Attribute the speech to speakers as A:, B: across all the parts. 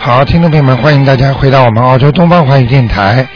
A: 好，听众朋友们，欢迎大家回到我们澳洲东方华语电台。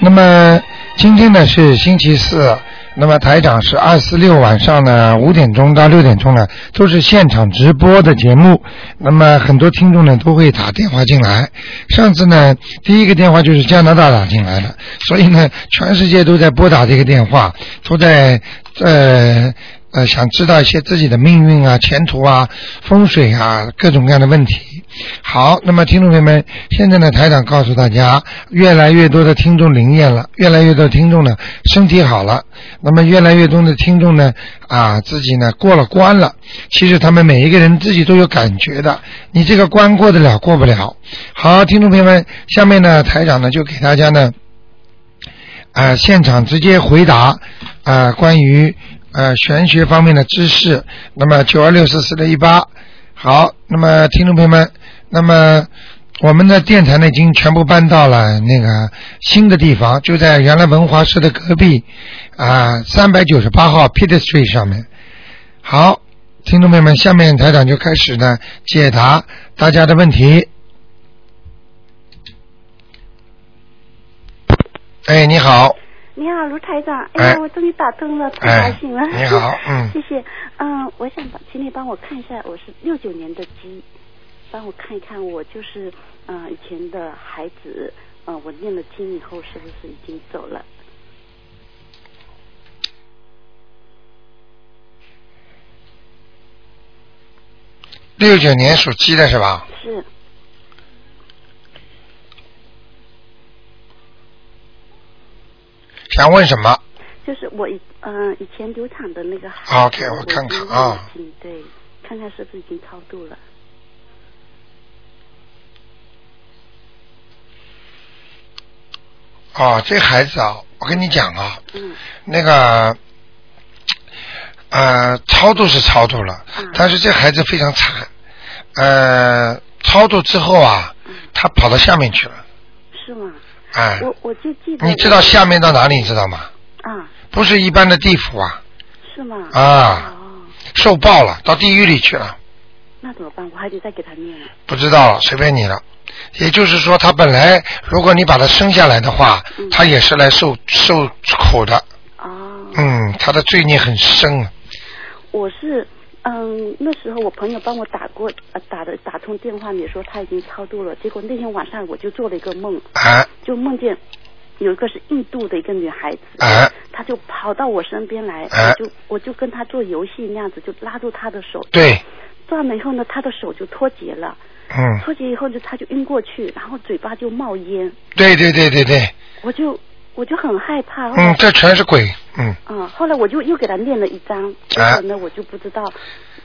A: 那么今天呢是星期四，那么台长是二四六晚上呢五点钟到六点钟呢都是现场直播的节目。那么很多听众呢都会打电话进来。上次呢第一个电话就是加拿大打进来的，所以呢全世界都在拨打这个电话，都在呃。呃，想知道一些自己的命运啊、前途啊、风水啊各种各样的问题。好，那么听众朋友们，现在呢，台长告诉大家，越来越多的听众灵验了，越来越多的听众呢身体好了，那么越来越多的听众呢啊自己呢过了关了。其实他们每一个人自己都有感觉的，你这个关过得了过不了。好，听众朋友们，下面呢，台长呢就给大家呢啊、呃现场直接回答啊、呃关于呃玄学方面的知识，那么九二六四四六一八。好，那么听众朋友们，那么我们的电台呢已经全部搬到了那个新的地方，就在原来文华社的隔壁啊，三百九十八号 Peter Street 上面。好，听众朋友们，下面台长就开始呢解答大家的问题。哎，你好，
B: 你好，卢台长，哎呀，
A: 哎
B: 我终于打通了，太
A: 哎
B: 高兴了。
A: 你 好嗯
B: 谢谢。嗯，我想帮，请你帮我看一下，我是六九年的鸡，帮我看一看，我就是嗯、呃以前的孩子，嗯、我念了经以后是不是已经走了？
A: 六九年属鸡的是吧？
B: 是，
A: 想问什么？
B: 就是我以嗯、以前流产的那个孩子。
A: 啊，OK，我看看啊
B: 嗯，对，看看是不是已经超度了。
A: 哦，这孩子啊，我跟你讲啊，
B: 嗯
A: 那个，呃，超度是超度了，
B: 嗯
A: 但是这孩子非常惨，呃，超度之后啊，
B: 嗯，
A: 他跑到下面去了，
B: 是吗？
A: 哎，
B: 我我就记得
A: 你知道下面到哪里，你知道吗？
B: 啊？
A: 不是一般的地府啊，
B: 是吗？
A: 啊
B: 嗯哦，
A: 受报了，到地狱里去了，
B: 那怎么办？我还得再给他念啊。
A: 不知道了，随便你了。也就是说，他本来如果你把他生下来的话，
B: 嗯
A: 他也是来受受苦的，
B: 哦，
A: 嗯，他的罪孽很深啊。
B: 我是嗯，那时候我朋友帮我打过，呃、打的打通电话，你说他已经超度了。结果那天晚上我就做了一个梦，
A: 哎
B: 就梦见有一个是印度的一个女孩子，
A: 哎
B: 她就跑到我身边来，
A: 哎
B: 我就我就跟她做游戏那样子，就拉住她的手，
A: 对，
B: 断了以后呢，她的手就脱节了，
A: 嗯，
B: 脱节以后就她就晕过去，然后嘴巴就冒烟，
A: 对对对对对，
B: 我就我就很害怕，后来
A: 嗯，这全是鬼，嗯。
B: 嗯，后来我就又给他念了一张，结
A: 哎
B: 果呢，我就不知道。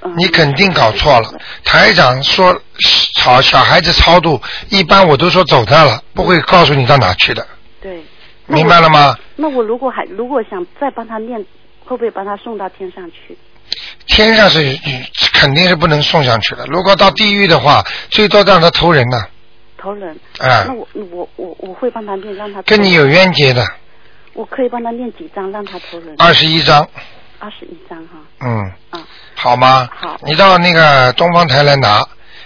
B: 嗯、
A: 你肯定搞错了。台长说小小孩子超度，一般我都说走掉了，不会告诉你到哪去的，
B: 对，那我
A: 明白了吗？
B: 那我如果还如果想再帮他念，会不会把他送到天上去？
A: 天上是肯定是不能送上去的，如果到地狱的话，最多让他投人呢、
B: 投人？
A: 哎
B: 那我我我我会帮他念，让他投
A: 跟你有冤结的，
B: 我可以帮他念几张，让他投人？
A: 二十一章，
B: 二十一张哈。
A: 嗯，
B: 啊，
A: 好吗？
B: 好
A: 你到那个东方台来拿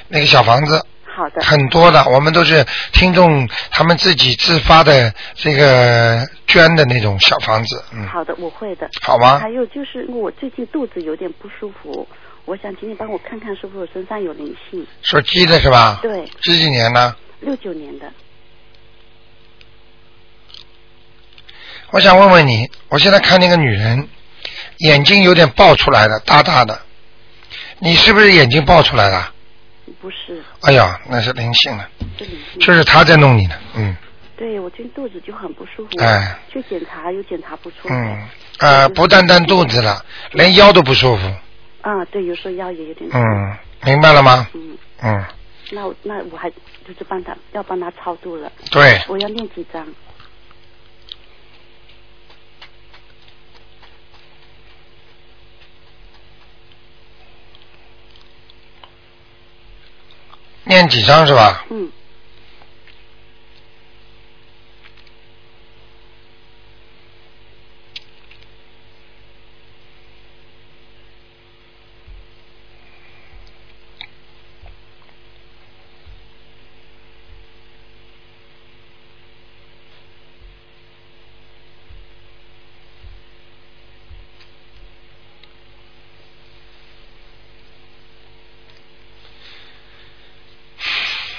A: 那个小房子，
B: 好的，
A: 很多的，我们都是听众他们自己自发的这个捐的那种小房子，嗯，
B: 好的，我会的。
A: 好吗？
B: 还有就是，我最近肚子有点不舒服，我想请你帮我看看是不是我身上有灵性？
A: 属鸡的是吧？
B: 对，
A: 几几年呢？
B: 六九年的，
A: 我想问问你，我现在看那个女人，眼睛有点爆出来的，大大的，你是不是眼睛爆出来了？
B: 不是，
A: 哎呀，那是灵性了，
B: 是灵性。
A: 就是她在弄你呢，嗯
B: 对，我最近肚子就很不舒服，
A: 哎
B: 去检查又检查不出来，
A: 嗯，呃，不单单肚子了，连腰都不舒服，
B: 啊，对，有时候腰也有点痛，
A: 嗯，明白了吗？
B: 嗯，
A: 嗯，
B: 那我那我还就是帮他要帮他超度了，
A: 对，
B: 我要念几张，
A: 念几张是吧？
B: 嗯，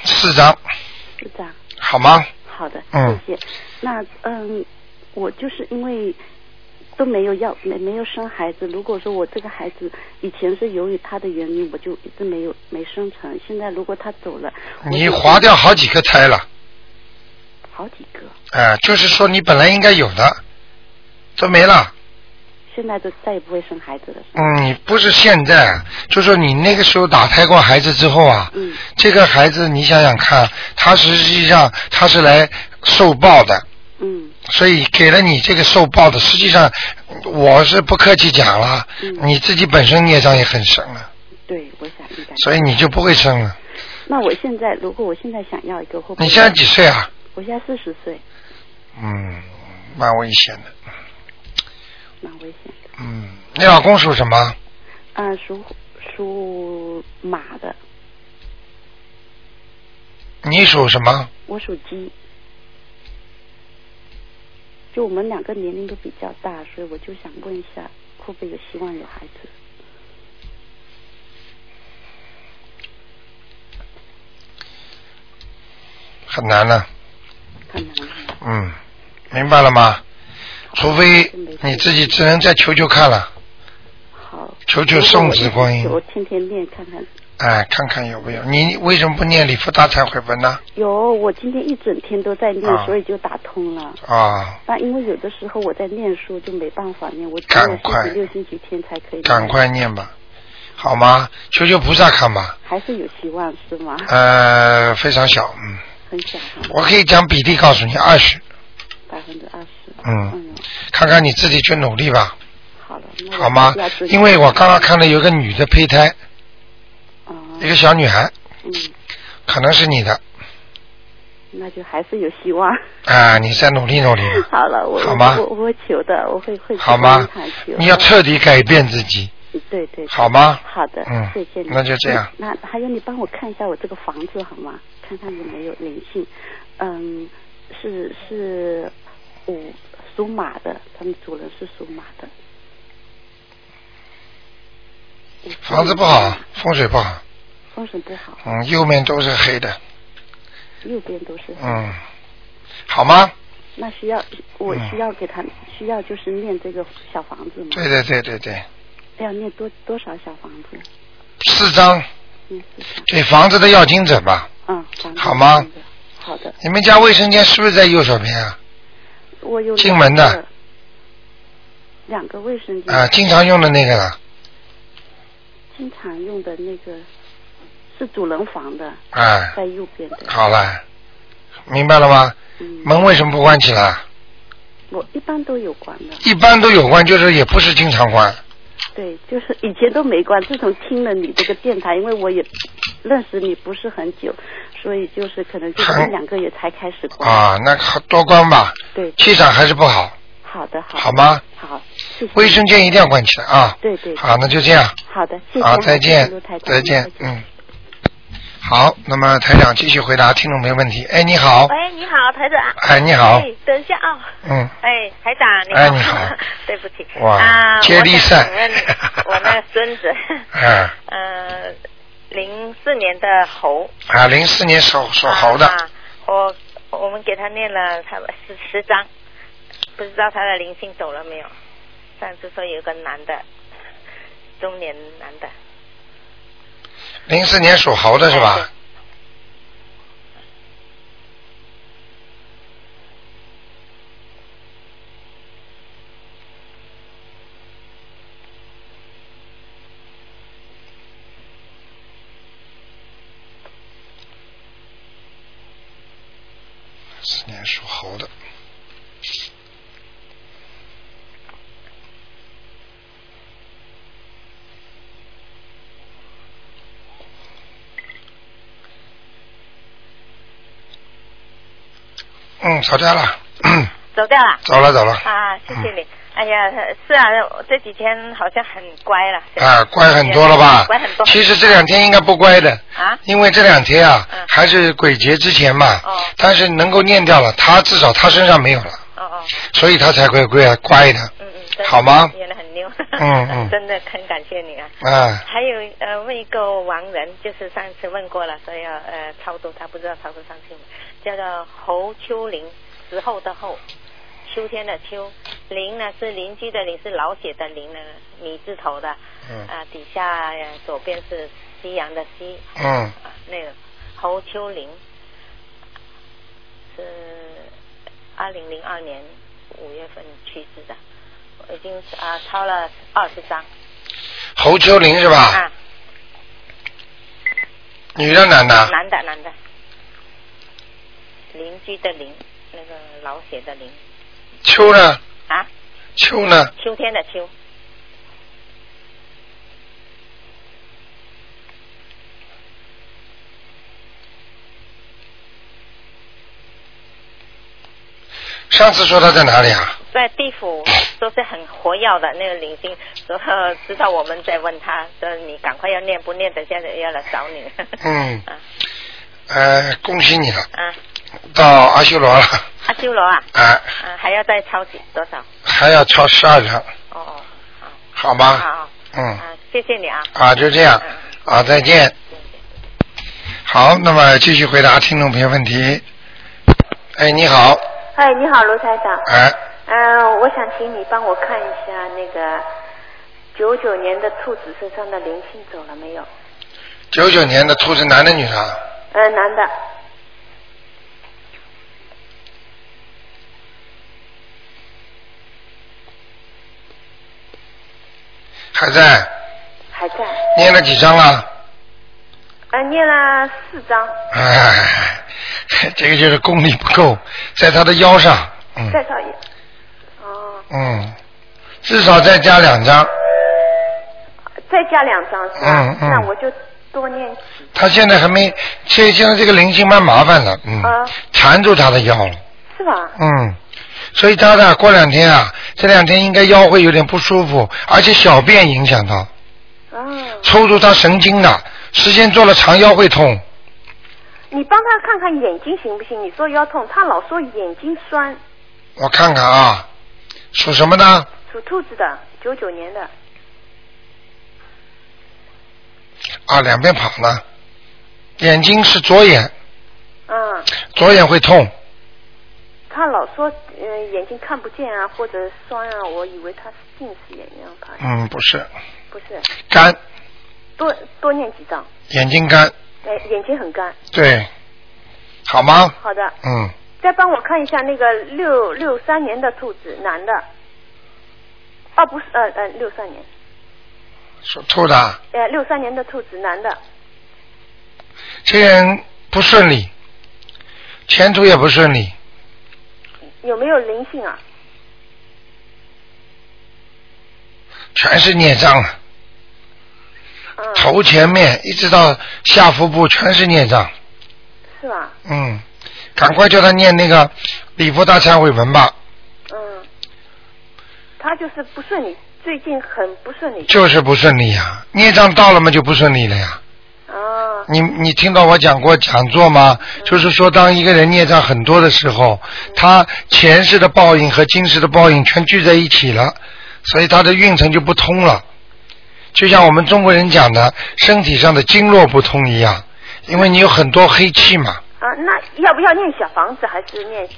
A: 四张，
B: 四张。
A: 好吗？
B: 好的，
A: 嗯
B: 谢谢。那嗯，我就是因为都没有要没没有生孩子。如果说我这个孩子以前是由于他的原因，我就一直没有没生成。现在如果他走了，我
A: 你
B: 就
A: 划掉好几个胎了，
B: 好几个，
A: 哎、就是说你本来应该有的，都没了。
B: 现在就再也不会生孩子了。是吧
A: 嗯，你不是现在，就说你那个时候打胎过孩子之后啊，
B: 嗯
A: 这个孩子你想想看，他实际上他是来受报的，
B: 嗯
A: 所以给了你这个受报的，实际上我是不客气讲了，
B: 嗯
A: 你自己本身孽障也很深了，
B: 对，我想应该。
A: 所以你就不会生了。
B: 那我现在如果我现在想要一个，会不会？
A: 你现在几？岁啊？
B: 我现在四十岁，
A: 嗯，蛮危险的。
B: 蛮危险的。
A: 嗯，你老公属什么？
B: 啊、属属马的，
A: 你属什么？
B: 我属鸡，就我们两个年龄都比较大，所以我就想问一下，会不会有希望有孩子？
A: 很难了。
B: 很难啊，
A: 嗯，明白了吗？除非你自己只能再求求看了，
B: 好，
A: 求求送子观音
B: 我天天练看看。
A: 哎，看看有没有。你为什么不念礼佛大忏悔文呢？
B: 有，我今天一整天都在念，
A: 啊
B: 所以就打通了。
A: 啊，
B: 那因为有的时候我在念书就没办法念，我只有
A: 赶
B: 星
A: 快
B: 期六、星期天才可以。
A: 赶，快念吧，好吗？求求菩萨看吧。
B: 还是有希望是吗？
A: 呃，非常小，嗯，
B: 很小哈，
A: 我可以讲比例告诉你，二十，
B: 百分之二十。
A: 嗯
B: 嗯，
A: 看看你自己去努力吧，
B: 好了，那我
A: 好吗
B: 就要尊？
A: 因为我刚刚看到有个女的胚胎，
B: 啊，
A: 一个小女孩，
B: 嗯，
A: 可能是你的，
B: 那就还是有希望。
A: 啊，你再努力努力吧，
B: 好了，我
A: 好吗
B: 我我会求的，我会会
A: 好吗
B: 去帮他求？
A: 你要彻底改变自己，
B: 对对对
A: 好吗？
B: 好的，
A: 嗯
B: 谢谢你。嗯
A: 那就这样
B: 那那还有，你帮我看一下我这个房子好吗？看看有没有灵性。嗯，是是五属马的，他们主人是属马的。
A: 房子不
B: 嗯
A: 好，风水不好，
B: 风水不好，
A: 嗯，右面都是黑的，
B: 右边都是。
A: 嗯，好吗？
B: 嗯那需要我
A: 嗯
B: 需要给他需要就是念这个小房子吗？
A: 对对对对对，
B: 要念多多少小房子？嗯
A: 四张
B: 念四张。
A: 给房子的要经者吧。
B: 嗯，房子
A: 好吗
B: 念的？好的，
A: 你们家卫生间是不是在右手边啊？
B: 我有
A: 进门的
B: 两个。两个卫生间
A: 啊，经常用的那个了，
B: 经常用的那个是主人房的，
A: 哎。
B: 在右边的。
A: 好了，明白了吗？
B: 嗯，
A: 门为什么不关起来？
B: 我一般都有关的，
A: 一般都有关，就是也不是经常关。
B: 对，就是以前都没关。自从听了你这个电台，因为我也认识你不是很久，所以就是可能就是
A: 很
B: 一两个月才开始关。
A: 啊，那好多关吧，
B: 对，
A: 气场还是不好，
B: 好的，好的，
A: 好吗？
B: 好，谢谢。
A: 卫生间一定要关起来啊。
B: 对对对
A: 好，那就这样。
B: 好的，谢谢。
A: 好，再见
B: 陆台，长
A: 再见，嗯。好，那么台长继续回答听众朋友问题。哎，你好，
C: 喂，你好，台长。
A: 哎，你好，
C: 哎，等一下啊、
A: 嗯，
C: 哎，台长，你好。
A: 哎你好
C: 对不起。
A: 哇
C: 啊、
A: 接力赛
C: 我想请问我那孙子，
A: 哎，
C: 呃，零四年的猴。
A: 啊，零四年属属猴
C: 啊
A: 的，
C: 啊我我们给他念了差不多十十张，不知道他的灵性走了没有？上次说有个男的，中年男的。
A: 零四年属猴的是吧？四年属猴的。嗯，吵架了，
C: 走掉了。
A: 走了嗯走了。
C: 啊，谢谢你。哎呀，是啊，我这几天好像很乖了。是吧
A: 啊，乖很多了吧？
C: 乖很多。
A: 其实这两天应该不乖的，
C: 啊，
A: 因为这两天啊，
C: 嗯
A: 还是鬼节之前嘛，
C: 哦
A: 但是能够念掉了，他至少他身上没有了，
C: 哦哦，
A: 所以他才会乖乖的。
C: 嗯嗯，真的
A: 好吗
C: 演的很溜。
A: 嗯嗯
C: 真的很感谢你啊。
A: 啊，
C: 还有呃，问一个亡人，就是上次问过了，说要呃超度他，不知道超度上去没，叫做侯秋林，时候的候，秋天的秋，林呢是邻居的邻，是老写的林呢，米字头的，
A: 嗯
C: 啊、底下、呃左边是夕阳的夕，
A: 嗯
C: 啊那个侯秋林是二零零二年五月份去世的，已经啊、超了二十张
A: 侯秋林是吧？
C: 啊。
A: 女的男的？啊
C: 男的，男的。邻居的邻，那个老写的邻
A: 秋呢？
C: 啊，
A: 秋呢？
C: 秋天的秋。
A: 上次说他在哪里啊？
C: 在地 府都是很活跃的那个灵性，说知道我们在问他，说你赶快要念不念，等下子要来找你。
A: 嗯
C: 啊
A: 呃，恭喜你了，
C: 啊，
A: 到阿修罗了，
C: 阿修罗啊，
A: 啊，
C: 啊还要再抄几多少？
A: 还要超十二张，
C: 哦哦，好，
A: 好
C: 好
A: 吗？
C: 好，
A: 嗯，
C: 啊，谢谢你啊，
A: 啊，就这样，啊，再见。
C: 谢谢。
A: 好，那么继续回答听众朋友问题。哎，你好，
D: 嗨，你好，罗台长。
A: 哎，
D: 嗯、我想请你帮我看一下那个九九年的兔子身上的灵性走了没有？
A: 九九年的兔子，男的啊女的？
D: 呃，男的，
A: 还在？
D: 还在。
A: 念了几张了？
D: 呃，念了四张，
A: 哎， 这个就是功力不够，在他的腰上，嗯
D: 再少一。哦，
A: 嗯，至少再加两张。
D: 再加两张是吧
A: 嗯？嗯
D: 那我就多念几。
A: 他现在还没，现现在这个灵性蛮麻烦的，嗯，
D: 啊
A: 缠住他的腰了，
D: 是吧？
A: 嗯，所以他呢，过两天啊，这两天应该腰会有点不舒服，而且小便影响到，
D: 哦，
A: 抽住他神经的，时间做了长腰会痛，
D: 你帮他看看眼睛行不行？你说腰痛，他老说眼睛酸，
A: 我看看啊，属什么呢？
D: 属兔子的，九九年的，
A: 啊，两边跑呢，眼睛是左眼，
D: 嗯，
A: 左眼会痛，
D: 他老说嗯、呃眼睛看不见啊，或者酸啊，我以为他是近视眼一样怕。
A: 嗯，不是，
D: 不是，
A: 干，
D: 多多念几张，
A: 眼睛干，
D: 哎，眼睛很干。
A: 对，好吗？
D: 好的，
A: 嗯，
D: 再帮我看一下那个六六三年的兔子，男的。哦，不是，呃呃，六三年，
A: 属兔的啊，
D: 呃，六三年的兔子，男的，
A: 这个人不顺利，前途也不顺利，
D: 有没有灵性啊？
A: 全是孽障了，
D: 嗯，
A: 头前面一直到下腹部全是孽障，
D: 是吧？
A: 嗯，赶快叫他念那个礼佛大忏悔文吧，
D: 嗯，他就是不顺利，最近很不顺利。
A: 就是不顺利呀、孽障到了嘛就不顺利了呀。
D: 啊，
A: 你你听到我讲过讲座吗？就是说，当一个人孽障很多的时候，他前世的报应和今世的报应全聚在一起了，所以他的运程就不通了。就像我们中国人讲的，身体上的经络不通一样，因为你有很多黑气嘛。
D: 啊，那要不要念小房子，还是念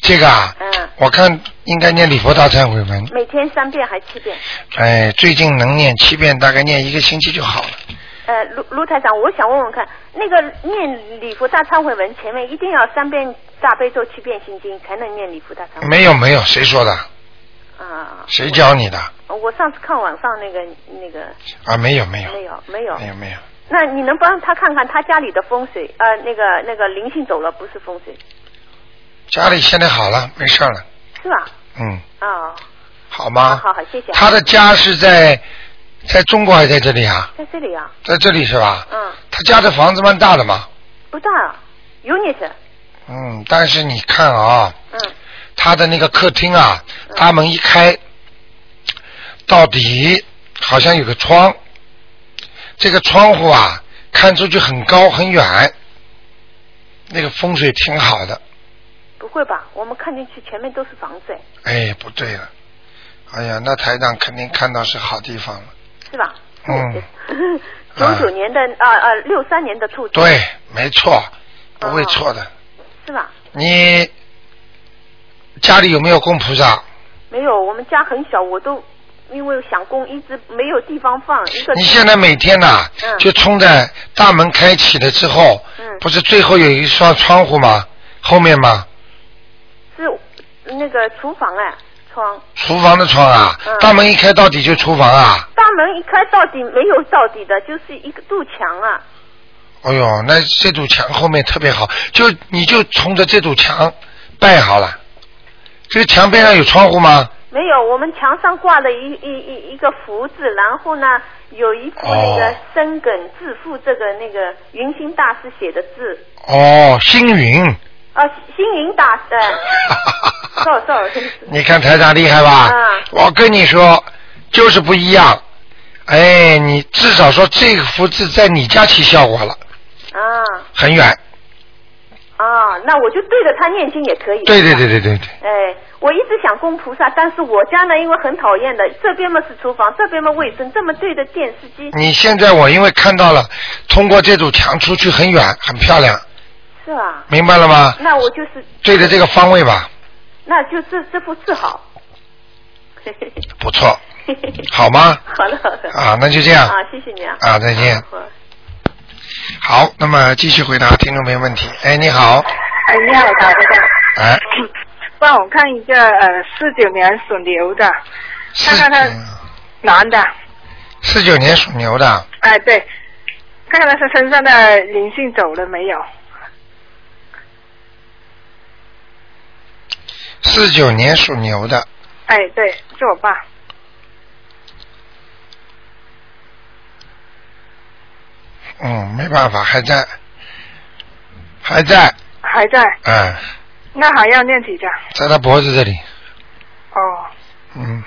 A: 这个啊，
D: 嗯
A: 我看应该念礼佛大忏悔文。
D: 每天三遍还七遍？
A: 哎，最近能念七遍，大概念一个星期就好了。
D: 呃，卢卢台长，我想问问看，那个念礼佛大忏悔文前面一定要三遍大悲咒、七遍心经才能念礼佛大忏悔文
A: 没有没有，谁说的？
D: 啊？
A: 谁教你的？
D: 我？我上次看网上那个那个
A: 啊，没有没有
D: 没有没有
A: 没有没有。
D: 那你能帮他看看他家里的风水？呃，那个那个灵性走了，不是风水，
A: 家里现在好了，没事儿了，
D: 是吧？
A: 嗯，
D: 啊，
A: 好吗？
D: 好好好谢谢啊
A: 他的家是在在中国还在这里啊？
D: 在这里啊，
A: 在这里是吧？
D: 嗯，
A: 他家的房子蛮大的嘛，
D: 不大啊，unit，
A: 嗯，但是你看啊，
D: 嗯，
A: 他的那个客厅啊，
D: 嗯
A: 大门一开，到底好像有个窗，这个窗户啊，看出去很高很远，那个风水挺好的。
D: 不会吧？我们看进去前面都是房子，哎
A: 哎，不对了，哎呀，那台长肯定看到是好地方了。
D: 是吧？
A: 嗯，
D: 九九年的啊啊六三年的兔子，
A: 对，没错，不会错的。
D: 是吧？
A: 你家里有没有供菩萨？
D: 没有，我们家很小，我都因为想供，一直没有地方放一个。
A: 你现在每天呐、
D: 嗯
A: 就冲在大门开启了之后，
D: 嗯
A: 不是最后有一扇窗户吗？后面吗？
D: 是那个厨房哎，窗
A: 厨房的窗啊，
D: 嗯
A: 大门一开到底就厨房啊。
D: 大门一开到底没有到底的，就是一个堵墙啊。
A: 哎呦，那这堵墙后面特别好，就你就冲着这堵墙拜好了。这个墙边上有窗户吗？
D: 没有，我们墙上挂了一一一一个福字，然后呢有一幅那
A: 哦
D: 个生梗致富这个那个云心大师写的字，
A: 哦，星云，
D: 啊，星云大 师，哎 sorry sorry，
A: 你看台长厉害吧？
D: 嗯
A: 我跟你说，就是不一样。哎，你至少说这个福字在你家起效果了，
D: 啊
A: 很远。
D: 啊，那我就对着他念经也可以。
A: 对对对对对对，
D: 哎，我一直想供菩萨，但是我家呢，因为很讨厌的，这边嘛是厨房，这边嘛卫生，这么对着电视机，
A: 你现在我因为看到了，通过这堵墙出去很远，很漂亮，
D: 是吧？
A: 明白了吗？
D: 那我就是，
A: 对着这个方位吧，
D: 那就这这幅字 好。嘿嘿嘿
A: 不错，
D: 嘿嘿嘿
A: 好吗？
D: 好的好的。
A: 啊，那就这样。
D: 啊，谢谢你啊。
A: 啊再见
D: 好
A: 好，那么继续回答听众朋友问题。哎，你好，
E: 哎，你好，台长，
A: 哎，
E: 帮我看一个呃四九年属牛的
A: 四
E: 看看男的，
A: 四九年属牛的，
E: 哎对，看看他身身上的灵性走了没有？
A: 四九年属牛的，
E: 哎对，是我爸，
A: 嗯，没办法，还在，还在，
E: 还在，
A: 哎，
E: 那还要念几张？
A: 在他脖子这里，
E: 哦，
A: 嗯，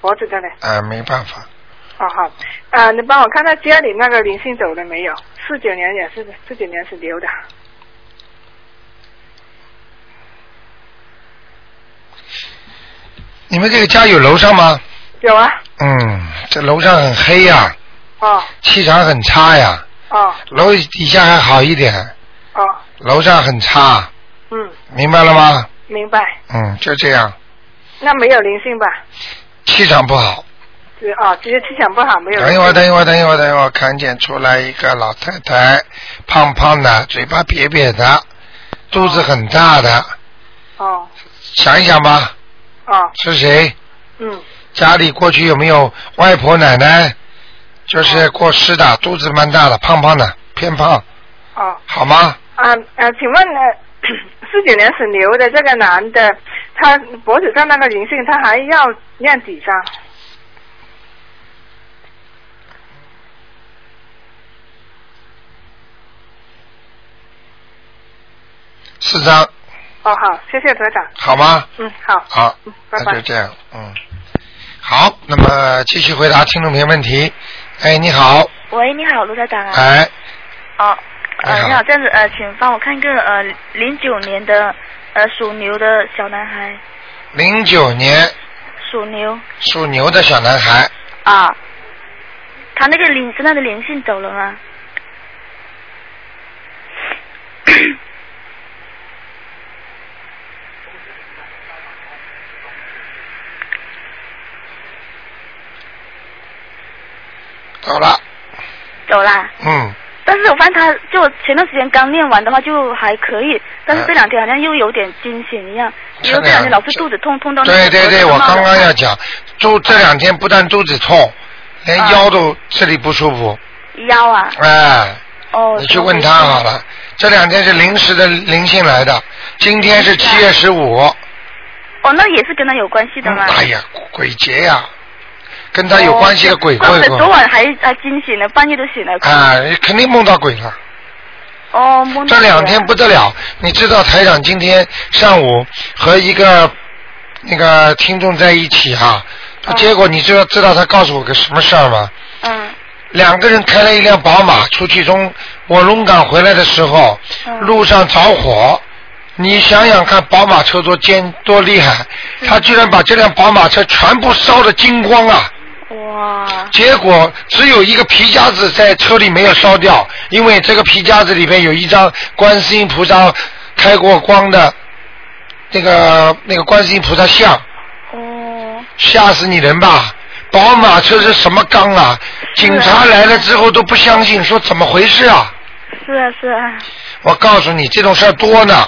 E: 脖子这里，
A: 哎，没办法，
E: 哦好，啊、你帮我看他家里那个灵性走了没有？四九年也是，四九年属牛的，
A: 你们这个家有楼上吗？
E: 有啊，
A: 嗯，这楼上很黑呀、
E: 哦
A: 气场很差呀，
E: 哦
A: 楼底下还好一点，
E: 哦，
A: 楼上很差，
E: 嗯，
A: 明白了吗？
E: 明白，
A: 嗯，就这样，
E: 那没有灵性吧？
A: 气场不好。
E: 只哦，只是气场不好，没有灵
A: 等一
E: 性。
A: 会儿，等一会儿，等一会儿，等一会儿，看见出来一个老太太，胖胖的，嘴巴瘪瘪的，肚子很大的，
E: 哦
A: 想一想吧，
E: 哦，
A: 是谁？
E: 嗯，
A: 家里过去有没有外婆奶奶？就是过世的，肚子蛮大的，胖胖的，偏胖，
E: 哦。
A: 好吗？
E: 啊呃，请问呃，四九年属牛的这个男的，他脖子上那个灵性，他还要念几张？
A: 四张，
E: 哦，好，谢谢台长。
A: 好吗？
E: 嗯，好，
A: 好，
E: 嗯，拜
A: 那就
E: 拜。
A: 这样，嗯。好，那么继续回答听众朋友问题。哎，你好，
F: 喂，你好，卢台长啊。
A: 哎，
F: 哦，呃，
A: 你好
F: 你好，这样子，呃，请帮我看一个呃零九年的呃属牛的小男孩，
A: 零九年
F: 属牛
A: 属牛的小男孩，
F: 啊，他那个灵身上的灵性走了吗？
A: 走了，
F: 走啦。
A: 嗯，
F: 但是我发现他就前段时间刚练完的话就还可以，但是这两天好像又有点惊醒一样，
A: 呃是
F: 因为这两
A: 的
F: 天老是肚子痛，痛到那
A: 对
F: 个脖子
A: 对对，
F: 都冒
A: 我刚
F: 冷
A: 刚
F: 汗
A: 要讲，肚
F: 嗯
A: 这两天不但肚子痛，连
F: 啊
A: 腰都这里不舒服，
F: 腰啊，
A: 哎，
F: 哦，
A: 你
F: 怎
A: 去
F: 么
A: 问
F: 回
A: 他
F: 事
A: 好了。这两天是临时的灵性来的，今天
F: 是
A: 是
F: 啊
A: 七月十五，
F: 哦，那也是跟他有关系的
A: 嗯
F: 吗？
A: 哎呀，鬼节呀，跟他有关系的鬼
F: 怪不
A: 会
F: 得哦昨
A: 会，
F: 晚还还惊醒了，半夜都醒了。
A: 啊，肯定梦到鬼了。
F: 哦，梦到
A: 这两
F: 鬼
A: 天
F: 了
A: 不得了，你知道台长今天上午和一个那个听众在一起哈、
F: 嗯
A: 结果你知道知道他告诉我个什么事儿吗？
F: 嗯
A: 两个人开了一辆宝马出去从我龙岗回来的时候，
F: 嗯
A: 路上着火，你想想看，宝马车多尖多厉害，
F: 嗯
A: 他居然把这辆宝马车全部烧得精光啊！
F: 哇，
A: 结果只有一个皮夹子在车里没有烧掉，因为这个皮夹子里面有一张观世音菩萨开过光的那个那个观世音菩萨像，
F: 哦，
A: 吓死你人吧！宝马车是什么缸啊？警察来了之后都不相信，说怎么回事啊？
F: 是啊是啊，
A: 我告诉你，这种事儿多呢，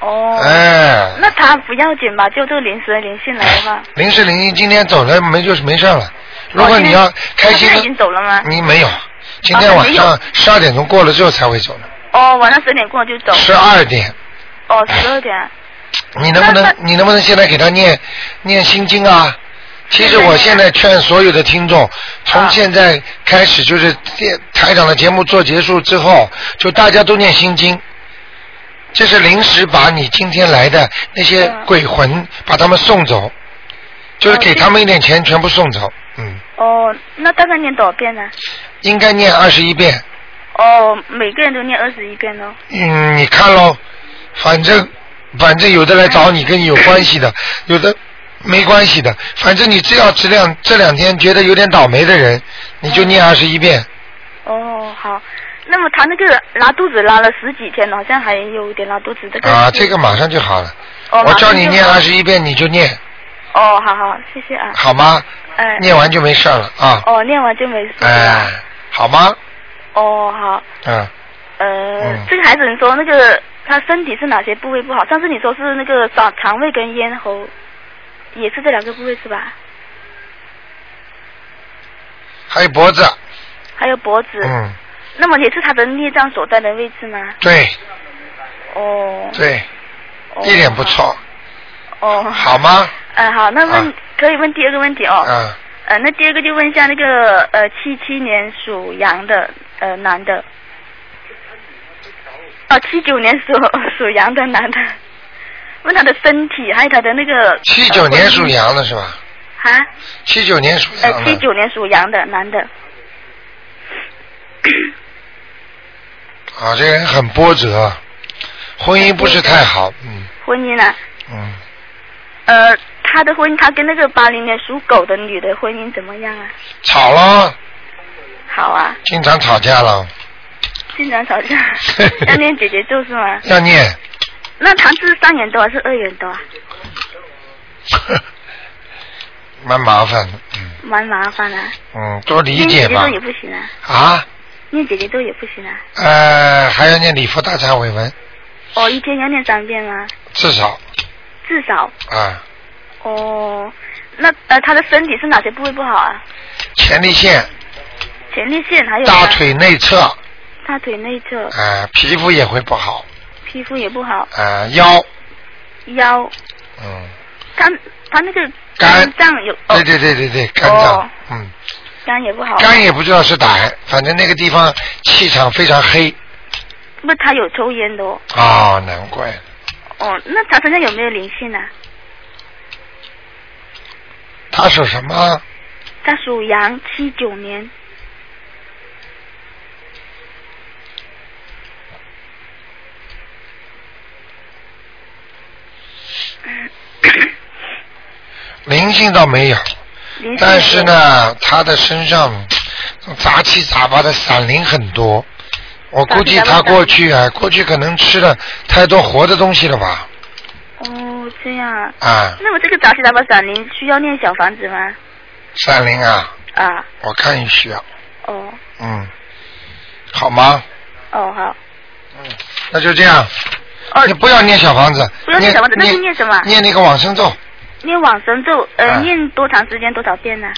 F: 哦，
A: 哎。
F: 那他不要紧吧？就这个临时的灵性来的话，
A: 林世玲今天走了，没就是没事
F: 哦
A: 了。 如果你要开心
F: 他现在已经走了吗？
A: 你没有，今天晚上
F: 啊
A: 十二点钟过了之后才会走的，
F: 哦，晚上十点过就走。
A: 十二点。
F: 哦，十二点。
A: 你能不
F: 那
A: 能你能不能现在给他念念心经啊？其实我现在劝所有的听众，从
F: 啊
A: 现在开始就是电台长的节目做结束之后，就大家都念心经。这是临时把你今天来的那些
F: 嗯
A: 鬼魂把他们送走，就是
F: 哦
A: 给
F: 这
A: 他们一点钱全部送走。嗯，
F: 哦，那大概念多少遍呢？
A: 应该念二十一遍。
F: 哦，每个人都念二十一遍哦。
A: 嗯，你看喽，反正反正有的来找你跟你有关系的，有的没关系的。反正你只要这两这两天觉得有点倒霉的人，你就念二十一遍。
F: 哦，好。那么他那个拉肚子拉了十几天了，好像还有点拉肚子。这个
A: 啊，
F: 是
A: 这个马上就好了。
F: 嗯哦
A: 我叫你念二。
F: 马上
A: 十一遍，你就念，
F: 就好哦，好好，谢谢啊。
A: 好吗？
F: 哎。
A: 念完就没事了啊。
F: 哦，念完就没事
A: 哎
F: 了。，
A: 好吗？
F: 哦，好。
A: 嗯，
F: 呃，
A: 嗯
F: 这个孩子你说那个他身体是哪些部位不好？上次你说是那个肠肠胃跟咽喉，也是这两个部位是吧？
A: 还有脖子，
F: 还有脖子。
A: 嗯，
F: 那么也是他的孽障所在的位置吗？
A: 对
F: 哦。
A: 对，
F: 哦
A: 一点不。错，
F: 哦。
A: 好。吗？
F: 嗯，好，那问、
A: 啊
F: 可以问第二个问题哦。
A: 嗯，
F: 呃，那第二个就问一下那个呃七七年属羊的呃男的。哦，七九年属属羊的男的，问他的身体，还有他的那个。
A: 七九
F: 呃
A: 年属。
F: 婚姻
A: 羊的是吧？
F: 啊，
A: 七九年属
F: 呃
A: 羊，的。
F: 七九年属羊的男的。
A: 啊，这个人很波折，啊婚姻不是太好，嗯
F: 婚姻啊，
A: 嗯，
F: 呃，他的婚姻，他跟那个八零年属狗的女的婚姻怎么样啊？
A: 吵了，
F: 好啊，
A: 经常吵架了，
F: 经常吵架， 要念姐姐咒是吗？
A: 要念，
F: 那他是三元多还是二元多啊？
A: 蛮麻烦的，嗯
F: 蛮麻烦啊，
A: 嗯，多理
F: 念
A: 解
F: 姐姐
A: 吧
F: 咒。也不行啊，
A: 啊，
F: 念姐姐咒也不行啊。
A: 呃，还要念礼佛大忏悔文，
F: 哦，一天要念三遍吗？
A: 至少
F: 至少。
A: 啊，
F: 哦，那呃，他的身体是哪些部位不好啊？
A: 前列腺、
F: 前列腺还有呢啊
A: 大、腿内侧，
F: 大腿内侧，
A: 啊，皮肤也会不好，
F: 皮肤也不好，
A: 啊，腰，
F: 腰，
A: 嗯，
F: 他他那个
A: 肝
F: 脏有，哦
A: 对对对对对，肝脏
F: 哦，
A: 嗯，
F: 肝也不好。
A: 肝也不知道是哪儿，反正那个地方气场非常黑，
F: 不，他有抽烟的哦。
A: 啊，难怪。
F: 哦，那他身上有没有灵性啊？
A: 他属什么？
F: 他属羊，七九年。
G: 嗯
A: 灵性倒没有，
F: 灵性
A: 但是呢，他的身上嗯杂七杂八的闪灵很多。我估计他过去啊，过去可能吃了太多活的东西了吧？
F: 有。哦，这样啊。
A: 啊，
F: 那么这个杂七杂八闪灵需要念小房子吗？
A: 闪灵啊，
F: 啊，
A: 我看一需要，
F: 哦，
A: 嗯，好吗？
F: 哦，好。
A: 那就这样，
F: 哦
A: 你，不要念小房子，
F: 不要念小房子那是念什啊么
A: 念那个往生咒，
F: 念往生咒，
A: 啊
F: 呃，念多长时间多少遍啊呢？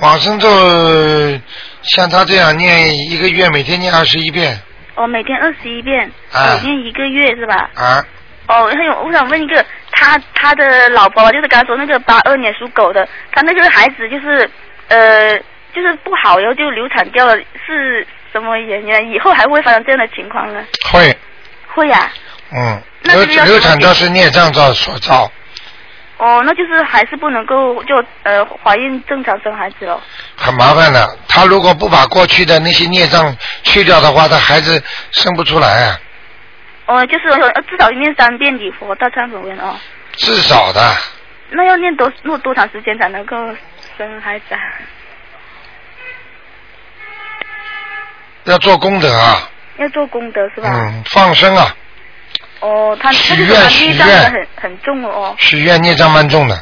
A: 往生咒呃像他这样念一个月，每天念二十一遍
F: 哦，每天二十一遍，
A: 啊
F: 哦念一个月是吧？
A: 啊，
F: 哦，还有我想问一个，他他的老婆就是刚才说那个八二年属狗的，他那个孩子就是呃就是不好，然后就流产掉了，是什么原因啊？以后还会发生这样的情况呢？
A: 会，
F: 会呀、
A: 嗯，
F: 那
A: 流
F: 这个要怎么
A: 流产
F: 解
A: 倒是孽障造所造，
F: 哦，那就是还是不能够就呃怀孕正常生孩子了。哦
A: 很麻烦的。他如果不把过去的那些孽障去掉的话，他孩子生不出来啊。
F: 哦，就是呃至少念三遍礼佛大忏悔文哦。
A: 至少的，
F: 那要念多弄多长时间才能够生孩子啊？
A: 要做功德啊，
F: 要做功德是吧？
A: 嗯，放生啊，
F: 哦，他
A: 许
F: 他就是
A: 愿
F: 他
A: 许
F: 业障
A: 愿
F: 得很很重哦
A: 许愿孽障蛮重的，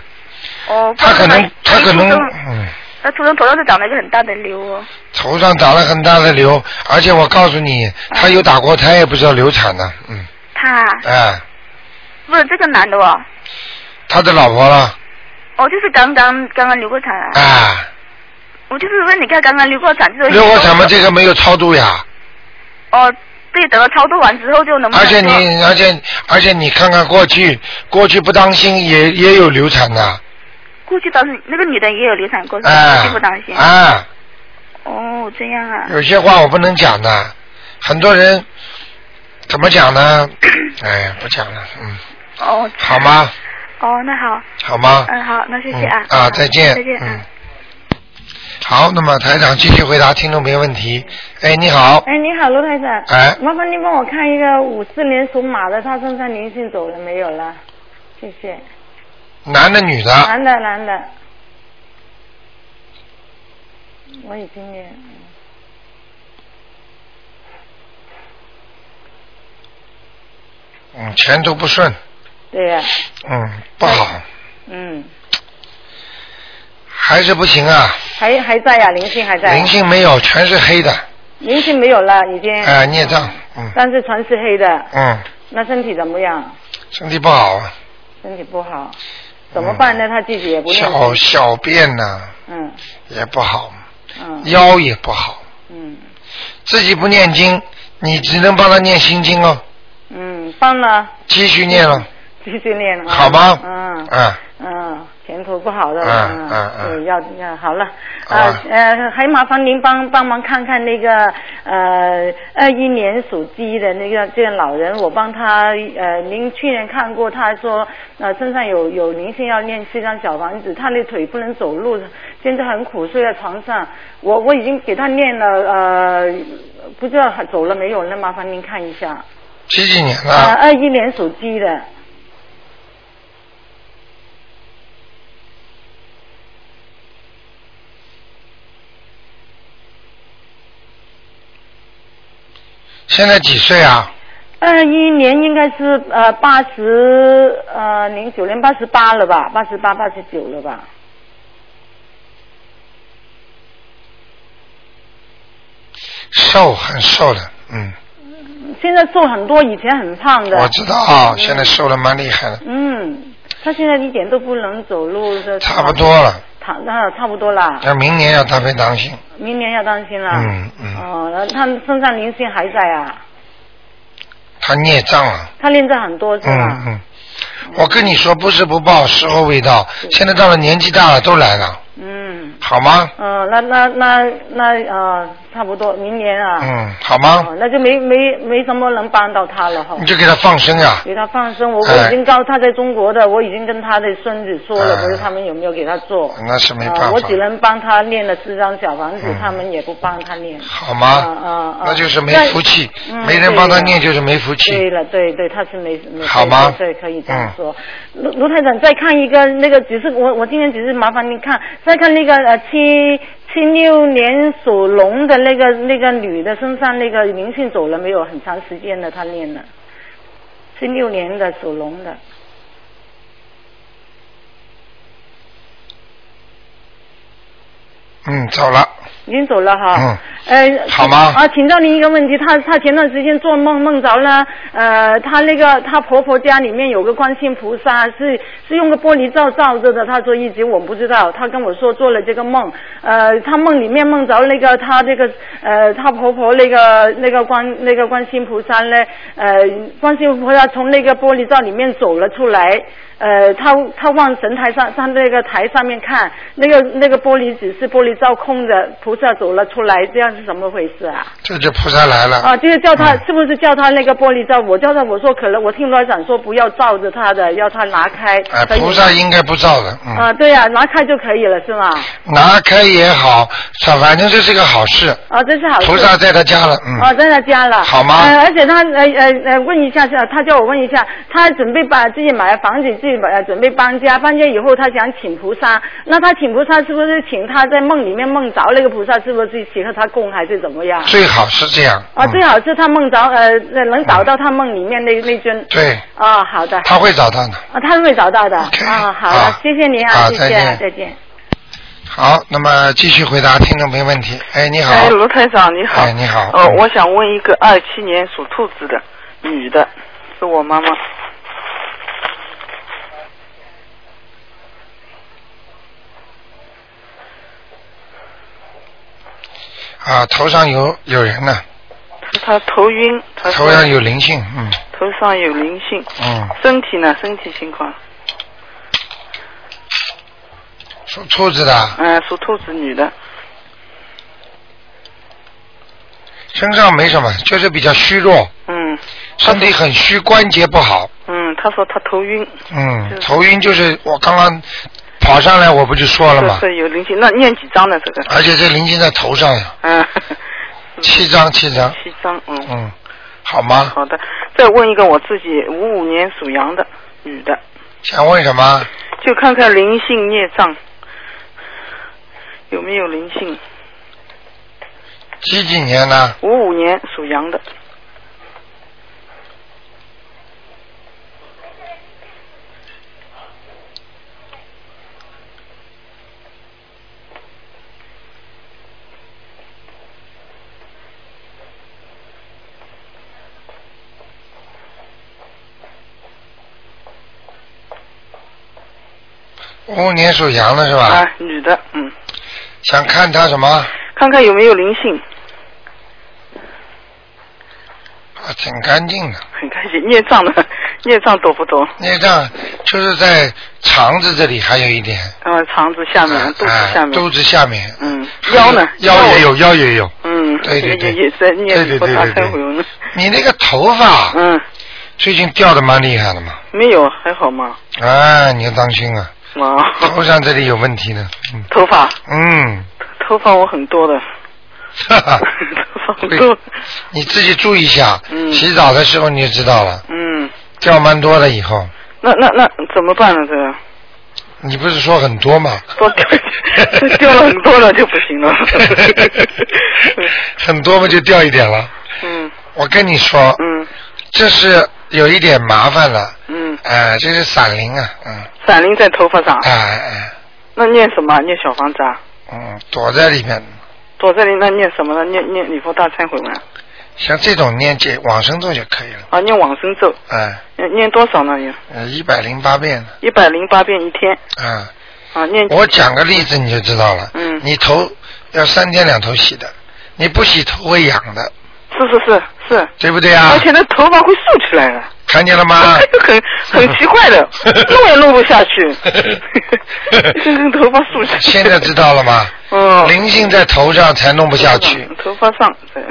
F: 哦。
A: 他可能他可能
F: 出生
A: 嗯。
F: 他出生头上就长了一个很大的瘤哦。
A: 头上长了很大的瘤，而且我告诉
F: 嗯
A: 你，他有打过胎，也不知道流产呢。嗯，
F: 他
A: 哎，
F: 不是这个男的哦，
A: 他的老婆了，
F: 哦，就是刚刚刚刚流过产啊。
A: 哎，
F: 我就是问你看，刚刚流过产就是
A: 流过产嘛，这个没有超度呀。
F: 哦，对，等到超度完之后就能不能
A: 而且
F: 做
A: 你，而且而且你看看过去，过去不当心也也有流产的，
F: 过去当时那个女的也有流产过，是吧
A: 哎
F: 就不担心。
A: 哎，
F: 哦，这样啊。
A: 有些话我不能讲的，很多人怎么讲 呢？哎呀，不讲了，嗯，
F: 哦。
A: 好？吗？
F: 哦，那好，
A: 好吗？
F: 嗯，好，那谢谢啊
A: 嗯。啊，再见。
F: 再见啊
A: 嗯。。好，那么台长继续回答听众朋友问题。哎，你好。
H: 哎，你好，罗台长。
A: 哎
H: 麻烦您帮我看一个五四年属马的，他身上灵性走了没有了？谢谢。
A: 男的女的？
H: 男的，男的。我已经念。
A: 嗯，前途不顺，
H: 对呀、
A: 嗯，不好，
F: 哎
H: 嗯，
A: 还是不行啊。
H: 还还在呀、灵性还在。
A: 灵性没有，全是黑的，
H: 灵性没有了，已经。
A: 哎，孽障，嗯
H: 但是全是黑的，
A: 嗯，
H: 那身体怎么样？
A: 身体不好啊，
H: 身体不好，怎么办呢？他自己也不
A: 嗯
H: 念
A: 小
H: 经。
A: 小便呐、
H: 嗯
A: 也不好，
H: 嗯
A: 腰也不好，
H: 嗯
A: 自己不念经，你只能帮他念心经哦，
H: 嗯，放了，
A: 继续念了，
H: 继续念啊。
A: 好吗？
H: 嗯。
A: 啊，
H: 嗯，前途不好的，
A: 嗯嗯嗯
H: 对，要要好了，
A: 啊
H: 啊呃，还麻烦您帮帮忙看看那个呃二一年属鸡的那个这个老人，我帮他呃，您去年看过，他说呃身上有有灵性要念七张小房子，他的腿不能走路，现在很苦，睡在床上，我我已经给他念了呃，不知道他走了没呃有，那麻烦您看一下，
A: 几几年的？
H: 呃二一年属鸡的，
A: 现在几岁啊？
H: 二一年应该是呃八十呃零九年八十八了吧，八十八八十九了吧？
A: 瘦，很瘦的，嗯，
H: 现在瘦很多，以前很胖的
A: 我。知道啊，现在瘦的蛮厉害的，
H: 嗯，他现在一点都不能走路，这
A: 差不多了，
H: 躺那差不多啦，
A: 那明年要特别当心，
H: 明年要担心了。
A: 嗯嗯
H: 哦，然后他身上灵性还在啊，
A: 他孽障了，
H: 他练着很多是
A: 嗯
H: 吧？
A: 嗯，我跟你说，不是不报，时候未到，现在到了年纪大了都来了，
H: 嗯。
A: 好吗？
H: 呃，那那那那呃，差不多明年啊。
A: 嗯，好吗
H: 哦？，那就没没没什么能帮到他了哈。
A: 你就给他放生啊，
H: 给他放生，我我
A: 哎
H: 已经告他在中国的，我已经跟他的孙子说了，
A: 哎
H: 不是他们有没有给他做？
A: 那是没办法
H: 呃我只能帮他念了四张小房子，
A: 嗯
H: 他们也不帮他念。
A: 好
H: 嗯嗯
A: 吗？
H: 嗯
A: 那就是没福气
H: 那，嗯
A: 没人帮他念
H: 对
A: 就是没福
H: 对
A: 气，
H: 了，对对，他是没没
A: 好吗
H: 对，对可以这样说。卢卢台长，再看一个那个，只是我我今天只是麻烦您看，再看那个呃七七六年属龙的那个那个女的身上那个灵性走了没有？很长时间了，她念了。七六年的属龙的，
A: 嗯，走了，
H: 已经走了哈。嗯。呃，
A: 好吗
H: 啊，请教您一个问题，她她前段时间做梦梦着了，呃，她那个她婆婆家里面有个观世音菩萨，是是用个玻璃罩罩着的。她说一直我不知道，她跟我说做了这个梦，呃，她梦里面梦着那个她这个呃她婆婆那个那个观那个观世音菩萨呢，呃，观世音菩萨从那个玻璃罩里面走了出来。呃，他他往神台上上那个台上面看，那个那个玻璃只是玻璃罩空的，菩萨走了出来，这样是怎么回事啊？
A: 这就菩萨来了。
H: 啊，就是叫他、是不是叫他那个玻璃罩？我叫他，我说可能我听罗长说不要罩着他的，要他拿开。
A: 哎，
H: 可以吗
A: 菩萨应该不造的，嗯，
H: 啊，对呀、拿开就可以了，是吗？
A: 拿开也好，反反正这是个好事。
H: 啊，这是好事。
A: 菩萨在他家了，嗯，
G: 啊
H: 哦，在他家了。
A: 好吗
H: 呃，而且他呃呃呃，问一下，是他叫我问一下，他准备把自己买了房子，自己呃准备搬家，搬家以后他想请菩萨，那他请菩萨是不是请他在梦里面梦着那个菩萨，是不是请他供还是怎么样？
A: 最好是这样。
H: 啊，
A: 嗯
H: 最好是他梦着呃呃能找到他梦里面那那尊。
A: 对，
H: 啊，好的。
A: 他会找到的。
H: 啊，他会找到的。啊，好的
A: 好，
H: 谢谢您
A: 好
H: 啊，谢谢
A: 再
H: 啊
A: 见，
H: 再见。
A: 好，那么继续回答听众朋友问题。哎，你好，
G: 哎，卢台长你好。
A: 哎你好
G: 呃
A: 嗯，
G: 我想问一个二七年属兔子的女的，是我妈妈。
A: 啊，头上有有人呢，
G: 她头晕，她说
A: 头上有灵性，嗯
G: 头上有灵性，
A: 嗯，
G: 身体呢？身体情况？
A: 属兔子的，
G: 嗯、属兔子女的，
A: 身上没什么，就是比较虚弱，
G: 嗯
A: 身体很虚，关节不好，
G: 嗯，她说她头晕，
A: 嗯，头晕就是我刚刚跑上来我不就说了
G: 就
A: 吗？
G: 是有灵性，那念几张呢？这个？
A: 而且这灵性在头上呀，
G: 嗯，
A: 七张七张，
G: 七张，嗯，
A: 嗯，好吗？
G: 好的。再问一个我自己，五五年属羊的女的，
A: 想问什么？
G: 就看看灵性孽障有没有灵性。
A: 几几年呢？
G: 五五年属羊的，
A: 五五年属羊的是吧？
G: 啊，女的，嗯，
A: 想看他什么？啊，
G: 看看有没有灵性，
A: 啊挺干净的，
G: 很开心。孽障的， 孽障多不多？
A: 孽障就是在肠子这里还有一点，
G: 呃，肠子下面，肚子
A: 哎
G: 下面，
A: 肚子下面，
G: 嗯，
A: 还有
G: 腰呢？
A: 腰也，有，腰也有。
G: 嗯，
A: 对对
G: 这
A: 对
G: 个也也在
A: 对
G: 念
A: 对
G: 佛
A: 对
G: 大
A: 对对
G: 忏悔文，
A: 你那个头发
G: 嗯，
A: 最近掉的蛮厉害的嘛，
G: 没有，还好吗？
A: 啊，你要当心啊，
G: 哇，
A: 头上这里有问题的，嗯
G: 头发，
A: 嗯，
G: 头发我很多的，
A: 哈哈，
G: 头发很
A: 会
G: 多，
A: 你自己注意一下，
G: 嗯
A: 洗澡的时候你就知道了，
G: 嗯，
A: 掉蛮多的以后，
G: 那那那怎么办呢？这个
A: 你不是说很多吗？
G: 多掉 掉了很多了就不行了，
A: 很多嘛就掉一点了。
G: 嗯
A: 我跟你说，
G: 嗯
A: 这是有一点麻烦了，
G: 嗯，
A: 哎，这是闪灵啊，嗯，
G: 闪灵在头发上，
A: 哎哎，
G: 那念什么？念小房子啊？
A: 嗯，躲在里面。
G: 躲在里那念什么呢？念念礼佛大忏悔文啊
A: 像这种念解往生咒就可以了，
G: 啊，念往生咒，
A: 哎，呃
G: 念念多少呢？念
A: 一百零八遍，
G: 一百零八遍一天
A: 啊，
G: 啊，念
A: 我讲个例子你就知道了。
G: 嗯
A: 你头要三天两头洗的，你不洗头会痒的，
G: 是是是是，
A: 对不对啊
G: 而？且那头发会竖起来的，
A: 看见了吗？，
G: 很很奇怪的 弄也弄不下去， 这根头发竖起来。
A: 现在知 道了吗？
G: 嗯，
A: 灵性在头上才弄不下去，
G: 头发上，对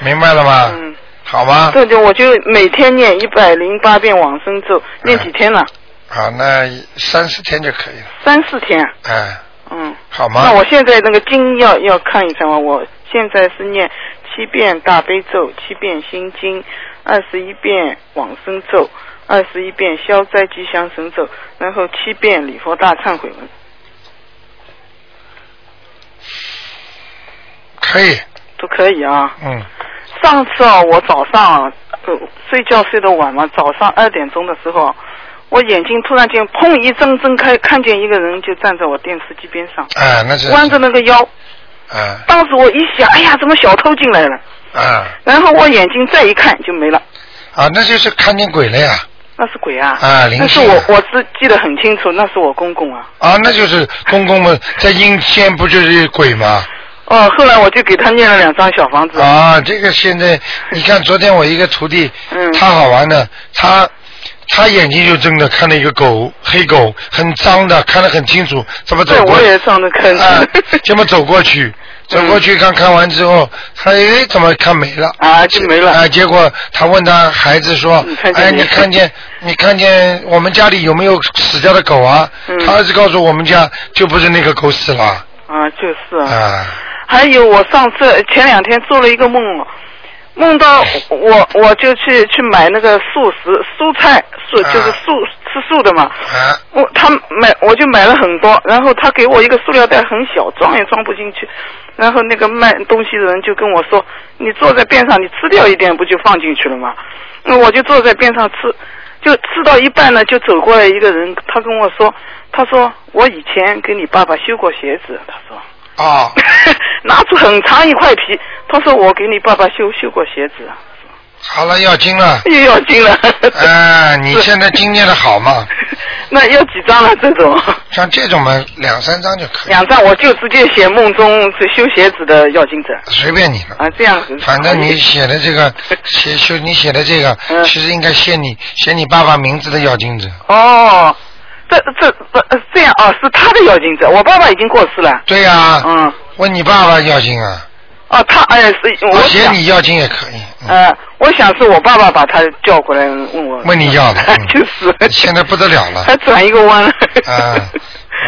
A: 明白了吗？
G: 嗯，
A: 好吗？
G: 这就我就每天念一百零八遍往生咒，念几天呢？
A: 啊好，那三四天就可以了，
G: 三四天啊，
A: 哎，
G: 嗯。
A: 好吗
G: 那？我现在那个经要要看一下吗？我现在是念七遍大悲咒，七遍心经，二十一遍往生咒，二十一遍消灾吉祥神咒，然后七遍礼佛大忏悔文，
A: 可以，
G: 都可以啊。
A: 嗯，
G: 上次啊，我早上啊、呃睡觉睡得晚嘛，早上二点钟的时候啊，我眼睛突然间砰一睁睁开，看见一个人就站在我电视机边上，
A: 哎，那是，
G: 弯着那个腰。
A: 哎
G: 当时我一想，哎呀，怎么小偷进来了？
A: 哎
G: 然后我眼睛再一看就没了。
A: 啊，那就是看见鬼了呀！
G: 那是鬼啊！
A: 啊灵
G: 但是
A: 性啊
G: 我我只记得很清楚，那是我公公啊。
A: 啊，那就是公公们在阴间不就是鬼吗？
G: 哦，后来我就给他念了两张小房子。
A: 啊，这个现在你看，昨天我一个徒弟，
G: 嗯
A: 他好玩的，他他眼睛就睁着看了一个狗，黑狗，很脏的，看得很清楚，怎么走
G: 对
A: 过？
G: 我也上了坑
A: 啊， 这么走过
G: 嗯
A: 去，走过去看看完之后，他哎怎么看没了？
G: 啊，就没了。
A: 啊，结果他问他孩子说
G: 你看：“见
A: 哎，
G: 没
A: 你 看见你看见我们家里有没有死掉的狗啊？”
G: 嗯
A: 他儿子告诉我们家就不是那个狗死了
G: 啊，就是啊。
A: 啊，
G: 还有，我上次前两天做了一个梦，哦梦到我我就去去买那个素食蔬菜素
A: 啊
G: 就是素、吃素的嘛。
A: 啊
G: 我他买我就买了很多，然后他给我一个塑料袋很小，装也装不进去。然后那个卖东西的人就跟我说：“你坐在边上，你吃掉一点不就放进去了吗？”那我就坐在边上吃，就吃到一半呢，就走过来一个人，他跟我说：“他说我以前给你爸爸修过鞋子。”他说。
A: 哦，
G: 拿出很长一块皮，他说我给你爸爸修修过鞋子，
A: 好了，要精了。
G: 又要进了。
A: 哎，你现在经验的好 嘛？
G: 那要几张了？啊这种
A: 像这种嘛，两三张就可以，
G: 两张我就直接写梦中这修鞋子的要经者
A: 随便你了。
G: 啊，这样子。
A: 反 正你写的这个，写修你写的这个，
G: 嗯
A: 其实应该写你写你爸爸名字的要经者。
G: 哦，这这这这样哦，是他的要经者，我爸爸已经过世了。
A: 对呀、
G: 嗯，
A: 问你爸爸要经啊，
G: 哦，他哎是我
A: 我写
G: 想
A: 你要经也可以。嗯
G: 呃，我想是我爸爸把他叫过来问我。
A: 问你要 的嗯
G: 哎就是。
A: 现在不得了 了
G: 还转一个弯了。
A: 啊！我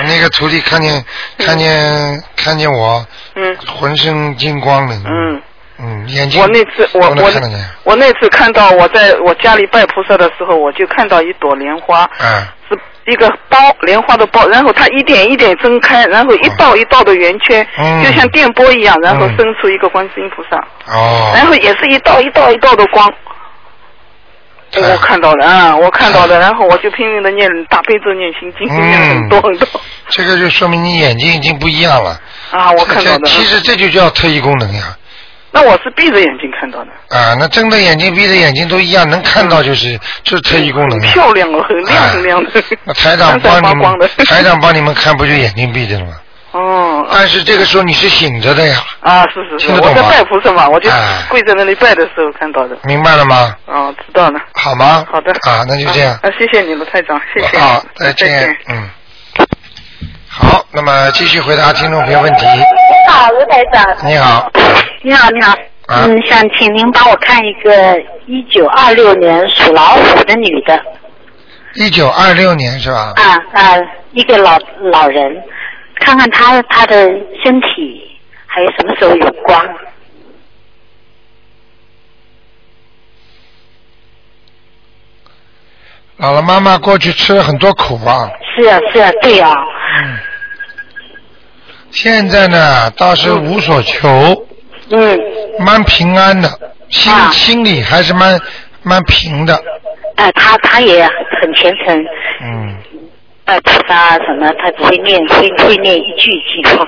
A: 那个徒弟看见看见看见我
G: 嗯
A: 浑身金光了，
G: 嗯。
A: 嗯，眼 睛
G: 我那次我
A: 都能
G: 我
A: 看得见
G: 我那次看到我在我家里拜菩萨的时候，我就看到一朵莲花，
A: 啊
G: 是一个包莲花的包，然后它一点一点睁开，然后一道一道的圆圈，
A: 嗯
G: 就像电波一样，然后
A: 嗯
G: 伸出一个观世音菩萨，然
A: 哦，
G: 后也是一道一道一道的光。
A: 太
G: 我看到了啊，我看到
A: 哎
G: 了，然后我就拼命的念大悲咒、念心经，
A: 嗯
G: 念了很多很多
A: 这个就说明你眼睛已经不一样了。
G: 啊，我看到
A: 这
G: 的。
A: 嗯其实这就叫特异功能呀。
G: 那我是闭着眼睛看到的，
A: 啊，那睁着眼睛、闭着眼睛都一样，能看
G: 嗯
A: 到就是就是特异功能
G: 很
A: 啊。
G: 漂亮哦，很亮
A: 哎
G: 很亮的，
A: 那台长
G: 闪
A: 帮
G: 闪发
A: 你
G: 光的
A: 们，，台长帮你们看，不就眼睛闭着了吗？
G: 哦，啊
A: 但是这个时候你是醒着的呀，
G: 啊，是是是，
A: 听得懂
G: 我
A: 吗
G: 在拜菩萨嘛，我就
A: 哎
G: 跪在那里拜的时候看到的。
A: 明白了吗？
G: 哦，知道了。
A: 好吗？
G: 好的。
A: 啊，那就这样
G: 啊。，啊谢谢你，卢台长，谢谢。
A: 好，再见。嗯。好，那么继续回答听众朋友问题。
I: 好，卢台长，
A: 你好，
I: 你好，你好。
A: 啊
I: 嗯，想请您帮我看一个一九二六年属老虎的女的
A: 一九二六年是吧？
I: 啊啊，一个老老人，看看她她的身体还有什么时候有光
A: 姥姥妈妈过去吃了很多苦啊。
I: 是啊是啊，对啊，
A: 嗯。现在呢，倒是无所求，
I: 嗯
A: 蛮平安的，心、
I: 啊
A: 心里还是蛮蛮平的。
I: 啊，她她也很虔诚，
A: 嗯，
I: 拜菩萨啊什么，她只会念会会念一句一句的。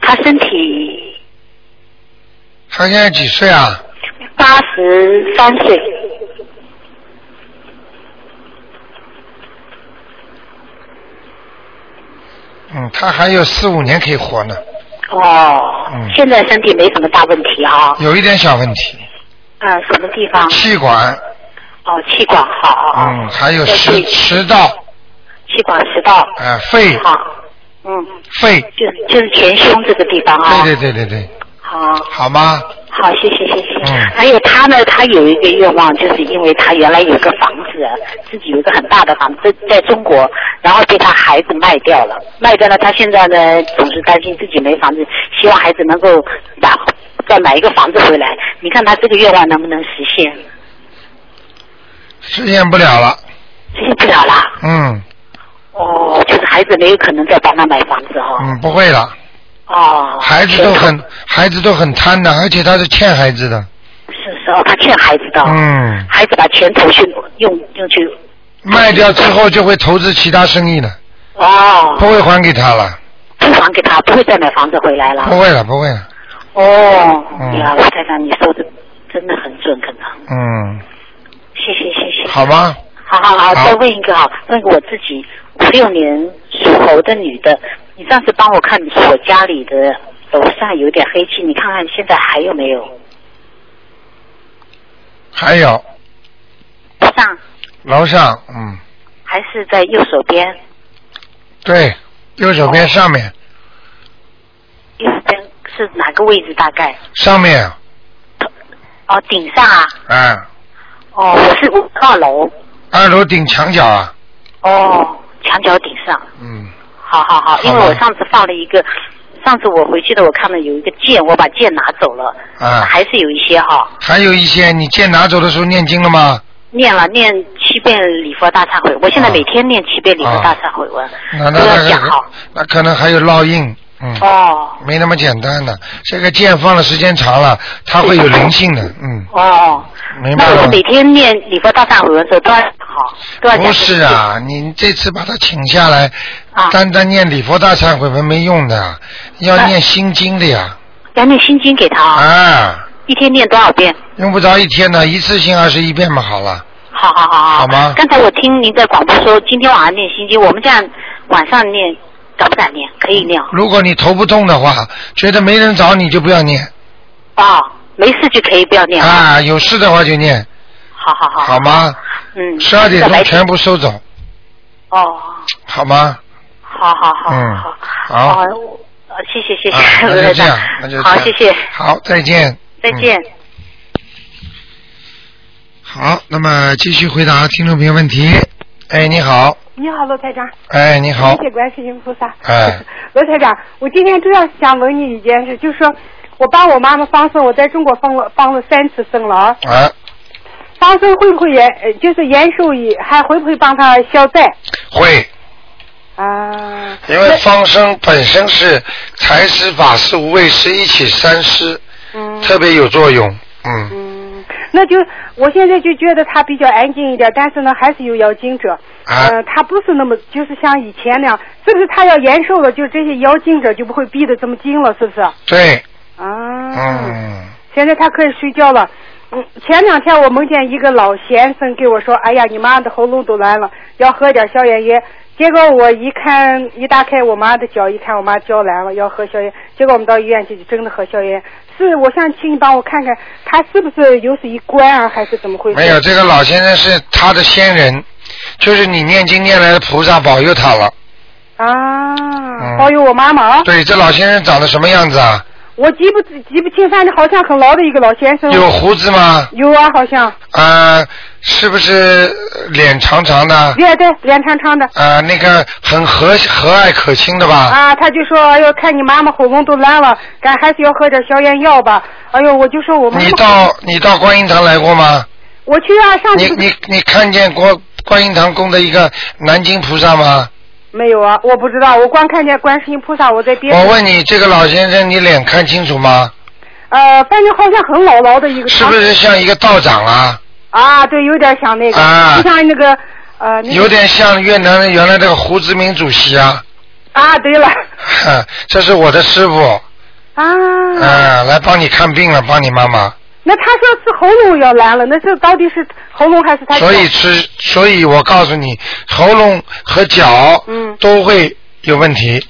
I: 她身体
A: 他现在几岁啊？
I: 八十三岁，
A: 嗯，他还有四五年可以活呢，
I: 哦，
A: 嗯
I: 现在身体没什么大问题啊。
A: 有一点小问题，
I: 啊，什么地方？
A: 气管，
I: 哦，气管好。
A: 嗯，还有
I: 对
A: 食
I: 对
A: 食道，
I: 气管食道。
A: 啊、肺
I: 好。嗯，
A: 肺，
I: 就就是前胸这个地方啊。
A: 对对对对对，
I: 好，
A: 好吗？
I: 好，谢谢谢谢。
A: 嗯
I: 还有他呢，他有一个愿望，就是因为他原来有个房子，自己有一个很大的房子在中国，然后被他孩子卖掉了，卖掉了，他现在呢总是担心自己没房子，希望孩子能够把再买一个房子回来。你看他这个愿望能不能实现？
A: 实现不了了，
I: 实现不了啦。
A: 嗯
I: 哦，就是孩子没有可能再帮他买房子哈、
A: 嗯，不会
I: 啊
A: 了，
I: 哦，
A: 孩子都很孩子都很贪的，而且他是欠孩子的，
I: 是是哦，他欠孩子的，，
A: 嗯，
I: 孩子把钱投去用用去，
A: 卖掉之后就会投资其他生意的，
I: 哦，
A: 不会还给他了，
I: 不还给他，不会再买房子回来了。
A: 不会了，不会了，
I: 哦，
A: 嗯
I: 呀，卢台长，你说的真的很准，可能，
A: 嗯，
I: 谢谢谢谢。
A: 好吗？
I: 好好好，
A: 好
I: 再问一个哈，问一个我自己，五六年属猴的女的，你上次帮我看我家里的楼上有点黑气，你看看现在还有没有？
A: 还有
I: 上
A: 楼上，嗯，
I: 还是在右手边？
A: 对，右手
I: 哦
A: 边上面，
I: 右手边是哪个位置？大概？
A: 上面，
I: 哦，顶上啊。
A: 哎、
I: 哦，我是五二楼，
A: 二楼顶墙角啊，
I: 哦，墙角顶上。
A: 嗯，
I: 好好好，因为
A: 好
I: 我
A: 吧
I: 上次放了一个，上次我回去的，我看到有一个剑，我把剑拿走了，
A: 啊，
I: 还是有一些哈、
A: 还有一些，你剑拿走的时候念经了吗？
I: 念了念七遍礼佛大忏悔，我现在每天念七遍礼佛大忏悔文，
A: 啊那
I: 都
A: 那
I: 要讲啊
A: 那
I: 好
A: 个。那可能还有烙印，嗯，
I: 哦
A: 没那么简单的。这个剑放的时间长了，它会有灵性 的，嗯，
I: 哦，
A: 明白
I: 那我
A: 吗？
I: 每天念礼佛大忏悔文的时候都要讲好，都要讲
A: 不是啊，你这次把他请下来，
I: 啊
A: 单单念礼佛大忏悔文没用的，要念心经的呀。
I: 要念心经给他啊，
A: 啊，
I: 一天念多少遍？
A: 用不着一天的，一次性二十一遍嘛，好了，
I: 好好好好。
A: 好吗？
I: 刚才我听您在广播说，今天晚上念心经，我们这样晚上念，敢不敢念？可以念
A: 如果你头不痛的话，觉得没人找你就不要念
I: 啊、哦，没事就可以不要念。
A: 啊，有事的话就念，
I: 好好好，
A: 好吗？
I: 嗯，
A: 十二点
I: 这白
A: 钟
I: 天
A: 全部收走，
I: 哦，
A: 好吗？
I: 好好好，
A: 嗯
I: 好，
A: 好，
I: 哦呃谢谢谢
A: 啊
I: 谢，，
A: 那就这样 那就这样
I: 好，谢谢，
A: 好，再见，
I: 再
A: 嗯
I: 见。
A: 好，那么继续回答听众朋友问题。哎，你好，
J: 你好，罗台长。
A: 哎，你好
J: 谢，谢观世音菩萨。
A: 哎，
J: 罗台长，我今天主要想问你一件事，就是说我把我妈妈放生，我在中国放了放了三次生了啊。
A: 啊，
J: 放生会不会延，呃就是延寿也，还会不会帮她消灾
A: 会，
J: 啊？
A: 因为放生本身是财师、法师、无畏师一起三师，
J: 嗯
A: 特别有作用。嗯，
J: 那就我现在就觉得她比较安静一点，但是呢，还是有妖精者。
A: 啊
J: 嗯、她不是那么，就是像以前那样，是不是她要延寿了，就这些妖精者就不会逼得这么紧了，是不是？
A: 对，
J: 啊。
A: 嗯，
J: 现在他可以睡觉了。嗯，前两天我梦见一个老先生给我说：“哎呀，你妈的喉咙都烂了，要喝点消炎药。”结果我一看，一打开我妈的脚，一看我妈脚烂了，要喝消炎。结果我们到医院去，就真的喝消炎。是，我想请你帮我看看，他是不是又是一关啊，还是怎么
I: 嗯
J: 回事？
A: 没有这个老先生是他的先人，就是你念经念来的菩萨保佑他了。
J: 啊，
A: 嗯
J: 保佑我妈妈
I: 哦
J: 啊！
A: 对，这老先生长得什么样子啊？
J: 我记不记不清，反正好像很老的一个老先生。
A: 有胡子吗？
J: 有啊，好像，
A: 啊，是不是脸长长的？
J: 对对，脸长长的。
A: 啊，那个很和和蔼可亲的吧？
J: 啊，他就说，哎呦，看你妈妈喉咙都烂了，赶还是要喝点消炎药吧。哎呦，我就说我妈妈，
A: 你到你到观音堂来过吗？
J: 我去啊，上
A: 你
J: 次
A: 你你看见过观音堂供的一个南京菩萨吗？
J: 没有啊，我不知道，我光看见观世音菩萨，我在边上
A: 我问你，这个老先生，你脸看清楚吗？
J: 呃，反正好像很老老的一个，
A: 是不是像一个道长啊？
J: 啊？对，有点像那个，
A: 啊
J: 就像那个呃，那个
A: 有点像越南的原来那个胡志明主席啊。
J: 啊，对了
A: 哼这是我的师傅，
J: 啊，
A: 嗯、来帮你看病了，帮你妈妈。
J: 那他说是喉咙要烂了，那是到底是喉咙还是他？
A: 所以吃，所以我告诉你，喉咙和脚
J: 嗯
A: 都会有问题。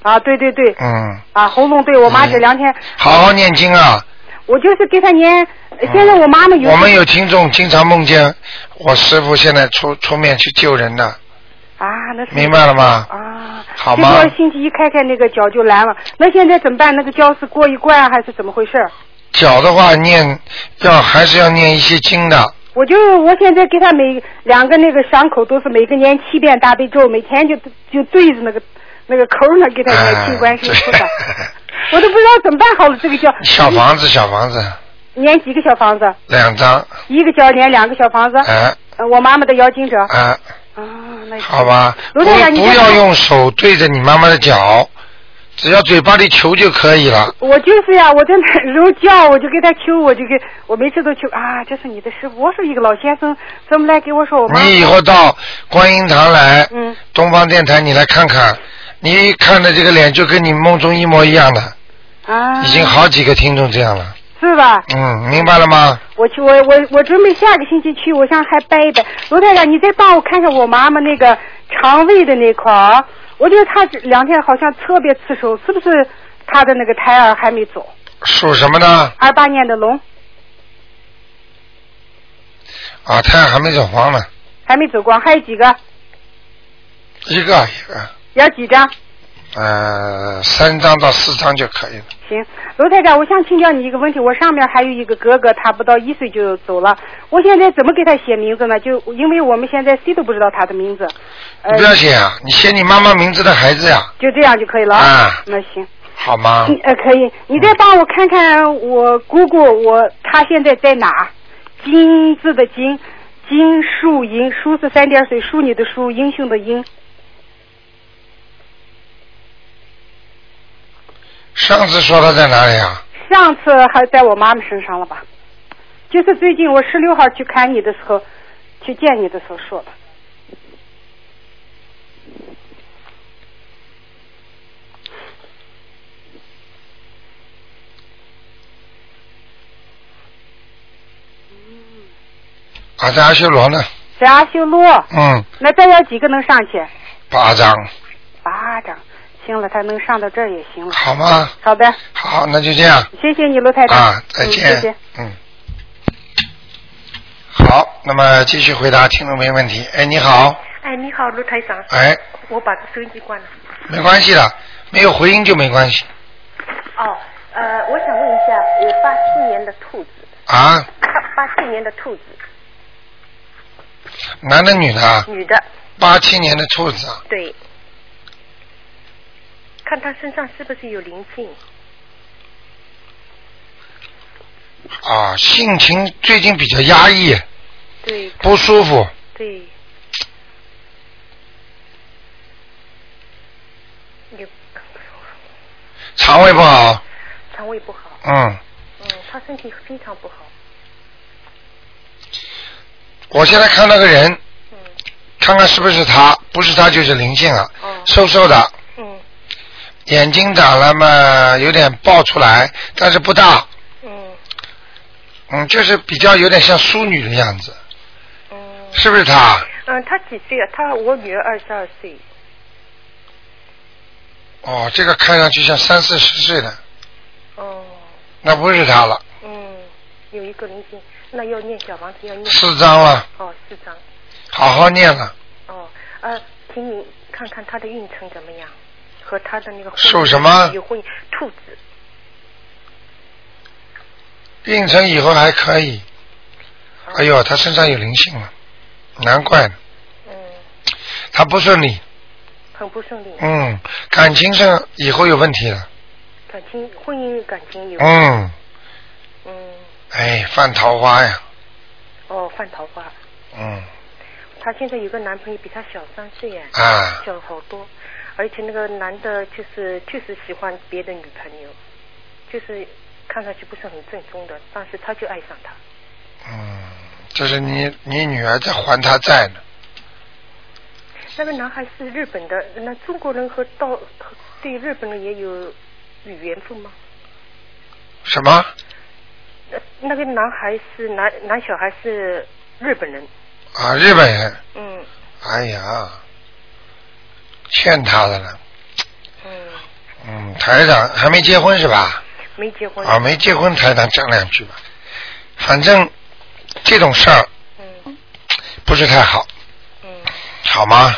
J: 啊，对对对
A: 嗯，
J: 啊，喉咙对我妈
A: 嗯
J: 这两天，
A: 好好念经啊。
J: 我就是给她念，现在我妈妈有
A: 我们有听众经常梦见我师傅现在出出面去救人的，
J: 啊，那是
A: 明白了吗？
J: 啊，
A: 好
J: 结
A: 吗
J: 果星期一开开那个脚就烂了，那现在怎么办？那个胶是过一关啊还是怎么回事儿？
A: 脚的话念要还是要念一些经的，
J: 我就我现在给他每两个那个伤口都是每个年七遍大悲咒，每天就就对着那个那个口儿呢给他念
A: 哎
J: 气观世音菩萨，
A: 这
J: 我都不知道怎么办好了。这个叫
A: 小房子，小房子
J: 念几个小房子，
A: 两张，
J: 一个脚念两个小房子。
A: 哎
J: 呃我妈妈的妖精者啊，
A: 哎，
J: 那
A: 好吧，不
J: 卢太太你
A: 不
J: 看
A: 要
J: 看
A: 用手对着你妈妈的脚，只要嘴巴里求就可以了。
J: 我就是呀，我在 那揉觉，我就给他求，我就给我每次都求啊，这是你的师傅，我说一个老先生怎么来给我说我妈？
A: 你以后到观音堂来，
J: 嗯，
A: 东方电台你来看看，你看的这个脸就跟你梦中一模一样的，
J: 啊，
A: 已经好几个听众这样了，
J: 是吧？
A: 嗯，明白了吗？
J: 我去，我我我准备下个星期去，我想还拜一拜。罗太太，你再帮我看看我妈妈那个肠胃的那块儿，我觉得她这两天好像特别刺手，是不是她的那个胎儿还没走？
A: 属什么呢？
J: 二八年的龙，
A: 啊，太阳还没走光呢，
J: 还没走光，还有几个？
A: 一个一个，
J: 要几张？
A: 呃，三张到四张就可以了。
J: 行，罗台长，我想请教你一个问题。我上面还有一个哥哥，他不到一岁就走了，我现在怎么给他写名字呢？就因为我们现在谁都不知道他的名字，呃
A: 你不要写啊，你写你妈妈名字的孩子呀、
J: 就这样就可以了。
A: 啊
J: 那行。
A: 好吗？
J: 你呃，可以，你再帮我看看我姑姑，我她现在在哪？金字的金，金树英，淑是三点水，淑女的淑，英雄的英。
A: 上次说他在哪里啊？
J: 上次还在我妈妈身上了吧？就是最近我十六号去看你的时候，去见你的时候说的。
A: 啊，在阿修罗呢。
J: 在阿修罗，
A: 嗯，
J: 那再要几个能上去？
A: 八张，
J: 八张，行了，他能上到这儿也行了。
A: 好吗？
J: 好的，
A: 好，那就这样。
J: 谢谢你，卢台长。
A: 啊再见
J: 嗯、谢谢。
A: 嗯。好，那么继续回答听众朋友问题。哎，你好，
K: 哎，你好，卢台长。
A: 哎，
K: 我把收音机关了。
A: 没关系的，没有回音就没关系
K: 哦，呃，我想问一下，我八四年的兔子，
A: 啊。
K: 八四年的兔子，
A: 男的女的啊？
K: 女的，
A: 八七年的兔子啊，
K: 对，看她身上是不是有灵性？
A: 啊，性情最近比较压抑，
K: 对，
A: 不舒服，
K: 对。有
A: 肠胃不好，
K: 肠胃不好，
A: 嗯，
K: 嗯，她身体非常不好，
A: 我现在看那个人，看看是不是他，不是他就是灵性了，瘦瘦的，
K: 嗯，
A: 眼睛长了嘛，有点爆出来，但是不大，嗯，就是比较有点像淑女的样子，是不是他？
K: 嗯，她几岁啊？她我女儿二十二岁，
A: 哦，这个看上去像三四十岁的，
K: 哦，
A: 那不是他了，
K: 嗯，有一个灵性，那要念小房子要念
A: 四张了。
K: 哦，四张。
A: 好好念了，
K: 哦，呃，请你看看他的运程怎么样，和他的那个婚
A: 属什么
K: 有婚姻兔子，
A: 运程以后还可以。哎呦，他身上有灵性了，难怪呢。他不顺利，
K: 很不顺利，
A: 嗯，感情上以后有问题了，
K: 感情婚姻感情有，嗯
A: 嗯。哎，犯桃花呀，
K: 哦，犯桃花。
A: 嗯，
K: 她现在有个男朋友比她小三岁哎，
A: 啊
K: 小好多，而且那个男的就是确实喜欢别的女朋友，就是看上去不是很正宗的，但是他就爱上他。
A: 嗯就是你你女儿在还他债呢，
K: 那个男孩是日本的，那中国人和到和对日本人也有有缘分吗？
A: 什么？
K: 那 那个男孩是男男小孩是日本人，
A: 啊，日本人，
K: 嗯，
A: 哎呀，欠他的了。嗯，台长还没结婚是吧？
K: 没结婚。
A: 啊，没结婚，台长讲两句吧。反正这种事儿，不是太好。好吗？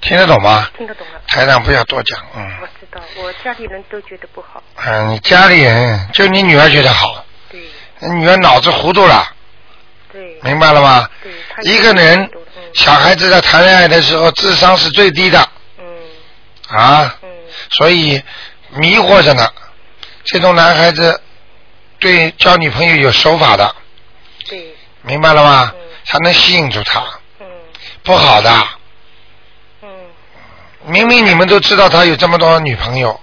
A: 听得懂吗？
K: 嗯哦听得懂了。
A: 台长不要多讲，嗯
K: 我知道，我家里人都觉得不好。
A: 嗯，你家里人就你女儿觉得好，你女儿脑子糊涂了，
K: 对，
A: 明白了吗？一个人小孩子在谈恋爱的时候智商是最低的，嗯，啊，所以迷惑着呢。这种男孩子对交女朋友有手法的，
K: 对，嗯
A: 明白了吗？才能吸引住他，不好的，
K: 嗯
A: 明明你们都知道他有这么多女朋友，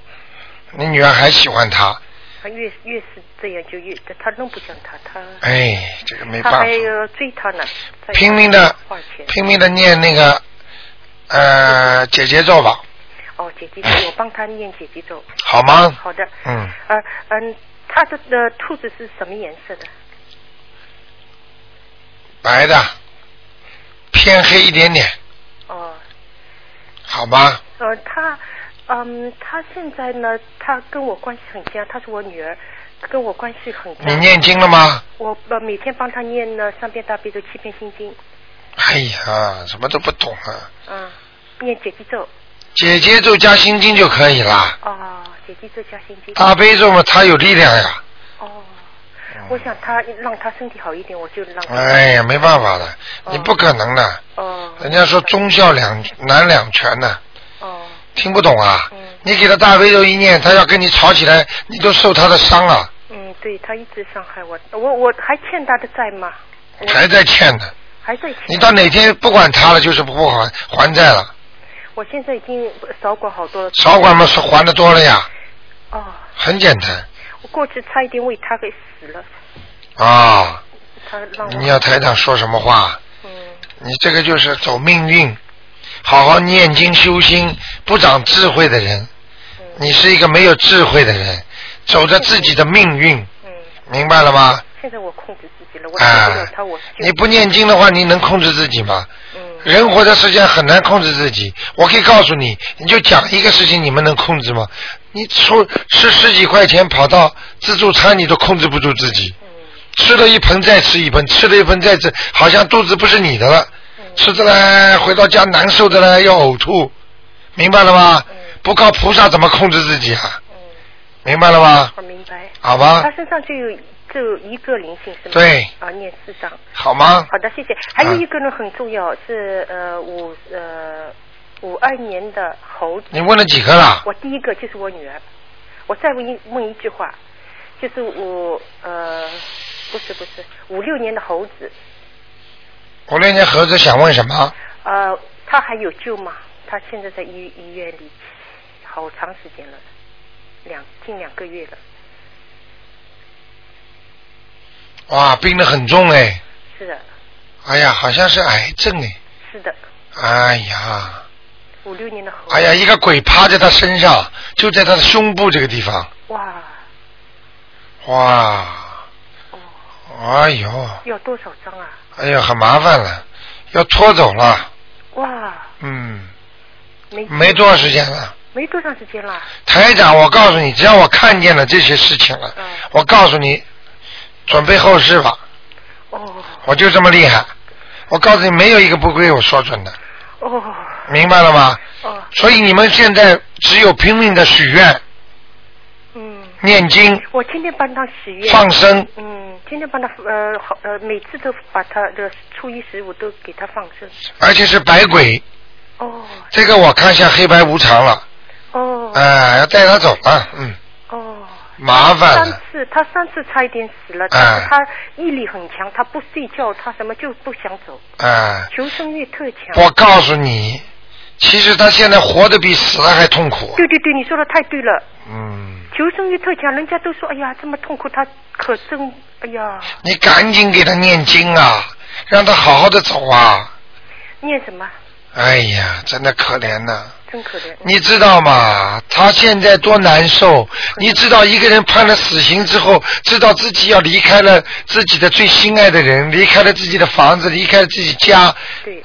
A: 你女儿还喜欢他，
K: 他越越是这样，就越他弄不想他，他
A: 哎，这个没办
K: 他
A: 法
K: 还。要追他呢，他
A: 拼命地
K: 花钱，
A: 拼命的念那个呃姐姐咒吧，
K: 哦，姐姐咒，我帮他念姐姐咒，
A: 好吗
K: 好的，
A: 嗯，
K: 呃嗯，他的呃兔子是什么颜色的？
A: 白的，偏黑一点点，
K: 哦，
A: 好吗？
K: 呃，他，嗯，他现在呢，他跟我关系很像，她是我女儿，跟我关系很大。
A: 你念经了吗？
K: 我呃每天帮他念呢三遍大悲咒、七遍心经，
A: 哎呀，什么都不懂啊！
K: 嗯，念姐姐咒。
A: 姐姐咒加心经就可以啦，
K: 哦，姐姐咒加心经。
A: 大悲咒嘛，它有力量呀。
K: 我想他让他身体好一点，我就让他。
A: 哎呀，没办法的，你不可能的。
K: 哦。
A: 人家说忠孝两难两全呢。哦。听不懂啊？
K: 嗯
A: 你给他大悲咒一念，他要跟你吵起来，你都受他的伤了，
K: 嗯，对他一直伤害我，我我还欠他的债吗？
A: 还在欠呢。
K: 还在欠。
A: 你到哪天不管他了，就是不还还债了，
K: 我现在已经少管好多了。
A: 少管嘛，是还的多了呀。
K: 哦，
A: 很简单
K: 我过去差一点为他给死了，
A: 啊！
K: 他让我。嗯
A: 你要台长说什么话？你这个就是走命运，好好念经修心，不长智慧的人，
K: 嗯
A: 你是一个没有智慧的人，走着自己的命运，明白了吗？
K: 现在我控制自己了，我
A: 啊
K: 受不了他，我就嗯
A: 你不念经的话，你能控制自己吗？人活的时间很难控制自己。我可以告诉你，你就讲一个事情，你们能控制吗？你出吃十几块钱跑到自助餐，你都控制不住自己。
K: 嗯
A: 吃了一盆再吃一盆，吃了一盆再吃，好像肚子不是你的了。
K: 嗯
A: 吃的嘞，回到家难受的嘞，要呕吐，明白了吗？
K: 嗯
A: 不靠菩萨怎么控制自己啊？明白了吗？
K: 我明白。
A: 啊好吧
K: 他身上就有就有一个灵性是吗？
A: 对
K: 啊，念四张。
A: 好啊吗
K: 好的，谢谢。还有一个呢，很重要，是呃五呃五二年的猴子。
A: 你问了几个了
K: 我第一个就是我女儿。我再问一问一句话，就是我呃不是不是五六年的猴子，
A: 我那年盒子想问什么？
K: 呃，他还有救吗？他现在在医医院里，好长时间了，两近两个月了。
A: 哇，病得很重哎，
K: 是的，
A: 哎呀，好像是癌症哎，
K: 是的，
A: 哎呀，
K: 五六年的猴。
A: 哎呀，一个鬼趴在他身上，就在他的胸部这个地方，
K: 哇，
A: 哇，哎呦，
K: 要多少张啊？
A: 哎呦，很麻烦了，要拖走了，
K: 哇，
A: 嗯，
K: 没
A: 没多长时间了。
K: 没多长时间了。
A: 台长，我告诉你，只要我看见了这些事情了，我告诉你，准备后事吧。
K: 哦。
A: 我就这么厉害，我告诉你，没有一个不归我说准的。
K: 哦，
A: 明白了吗？所以你们现在只有拼命的许愿。嗯。念经，
K: 我天天帮他许愿。
A: 放生。
K: 嗯，天天帮他呃好呃，每次都把他的初一十五都给他放生。
A: 而且是白鬼。
K: 哦。
A: 这个我看像黑白无常了。
K: 哦。
A: 哎、要带他走了，嗯。
K: 哦。
A: 麻烦
K: 三
A: 了，哎
K: 次，他三次差一点死了，但是他毅力很强，他不睡觉，他什么就不想走，
A: 哎、
K: 求生欲特强。
A: 我告诉你，其实他现在活得比死了还痛苦。
K: 对对对，你说的太对了。
A: 嗯。
K: 求生欲特强，人家都说，哎呀，这么痛苦，他可真，哎呀，
A: 你赶紧给他念经啊，让他好好的走啊！
K: 念什么，
A: 哎呀，真的可怜呐、
K: 真可怜。
A: 你知道吗？他现在多难受！你知道一个人判了死刑之后，知道自己要离开了自己的最心爱的人，离开了自己的房子，离开了自己家，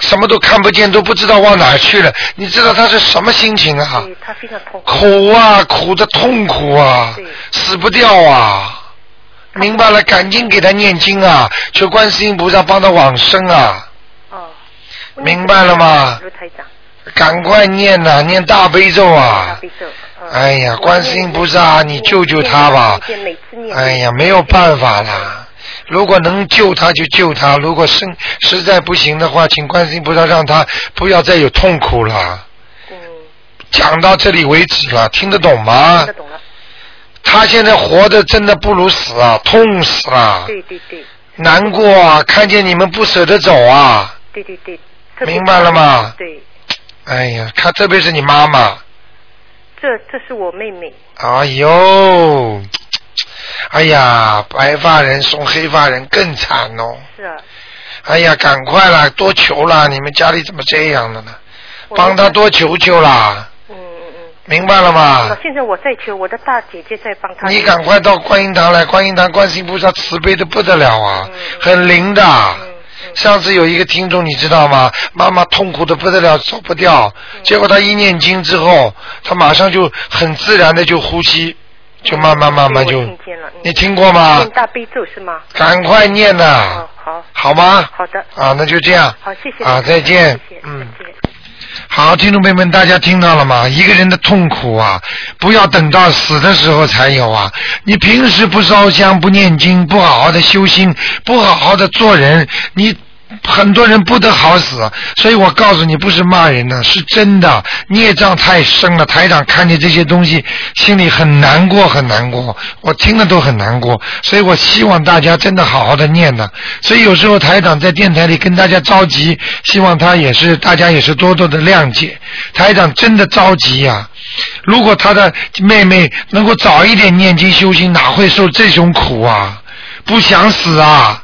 A: 什么都看不见，都不知道往哪儿去了。你知道他是什么心情啊？
K: 他非常痛苦。
A: 苦啊，苦的痛苦啊，死不掉啊！明白了，赶紧给他念经啊，求观世音菩萨帮他往生啊！哦，明白了吗？
K: 卢台长，
A: 赶快念呐、念大悲咒啊！
K: 悲咒。嗯
A: 哎呀，观世音菩萨，你救救他吧！
K: 念每次念。
A: 哎呀，没有办法啦。如果能救他就救他，如果生实在不行的话，请观世音菩萨让他不要再有痛苦了。
K: 嗯
A: 讲到这里为止了，听得懂吗？
K: 听得懂了。
A: 他现在活的真的不如死啊，痛死了。
K: 对对对，
A: 难过啊，看见你们不舍得走啊。
K: 对对对。特别
A: 明白了吗
K: 对，
A: 哎呀，看特别是你妈妈。
K: 这这是我妹妹，
A: 哎呦，哎呀，白发人送黑发人更惨哦！
K: 是啊，
A: 哎呀，赶快啦，多求啦！你们家里怎么这样的呢？帮他多求求啦！嗯嗯嗯。明白了吗？
K: 现在我在求，我的大姐姐在帮她。
A: 你赶快到观音堂来，观音堂观世音菩萨慈悲的不得了
K: 嗯
A: 啊，很灵的。上次有一个听众，你知道吗？妈妈痛苦的不得了，走不
K: 嗯
A: 掉。结果她一念经之后，她马上就很自然的就呼吸，就慢慢慢慢就
K: 我听见了。嗯
A: 你听过吗
K: 念大悲咒是吗？
A: 赶快念呐
K: 哦好。
A: 好吗
K: 好的。
A: 啊那就这样
K: 好，谢谢。
A: 啊再见
K: 谢谢
A: 嗯。好，听众朋友们，大家听到了吗？一个人的痛苦啊，不要等到死的时候才有啊！你平时不烧香、不念经、不好好的修心、不好好的做人，你很多人不得好死。啊所以我告诉你，不是骂人的，是真的，孽障太深了。台长看见这些东西，心里很难过，很难过，我听了都很难过。所以我希望大家真的好好的念呢。所以有时候台长在电台里跟大家着急，希望他也是大家也是多多的谅解。台长真的着急呀、如果他的妹妹能够早一点念经修心，哪会受这种苦啊？不想死啊！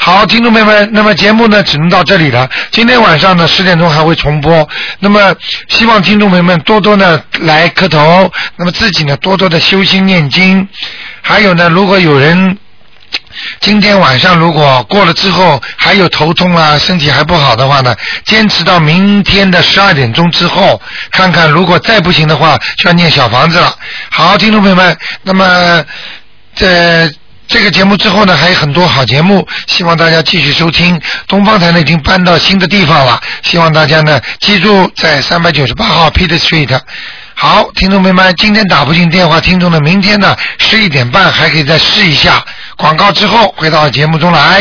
A: 好，听众朋友们，那么节目呢只能到这里了。今天晚上呢十点钟还会重播，那么希望听众朋友们多多呢来磕头，那么自己呢多多的修心念经，还有呢如果有人今天晚上如果过了之后还有头痛啊，身体还不好的话呢，坚持到明天的十二点钟之后，看看如果再不行的话，就要念小房子了。好，听众朋友们，那么这。这个节目之后呢，还有很多好节目，希望大家继续收听。东方台呢已经搬到新的地方了，希望大家呢记住在三百九十八号 Peter Street。好，听众朋友们，今天打不进电话，听众呢，明天呢十一点半还可以再试一下。广告之后回到节目中来。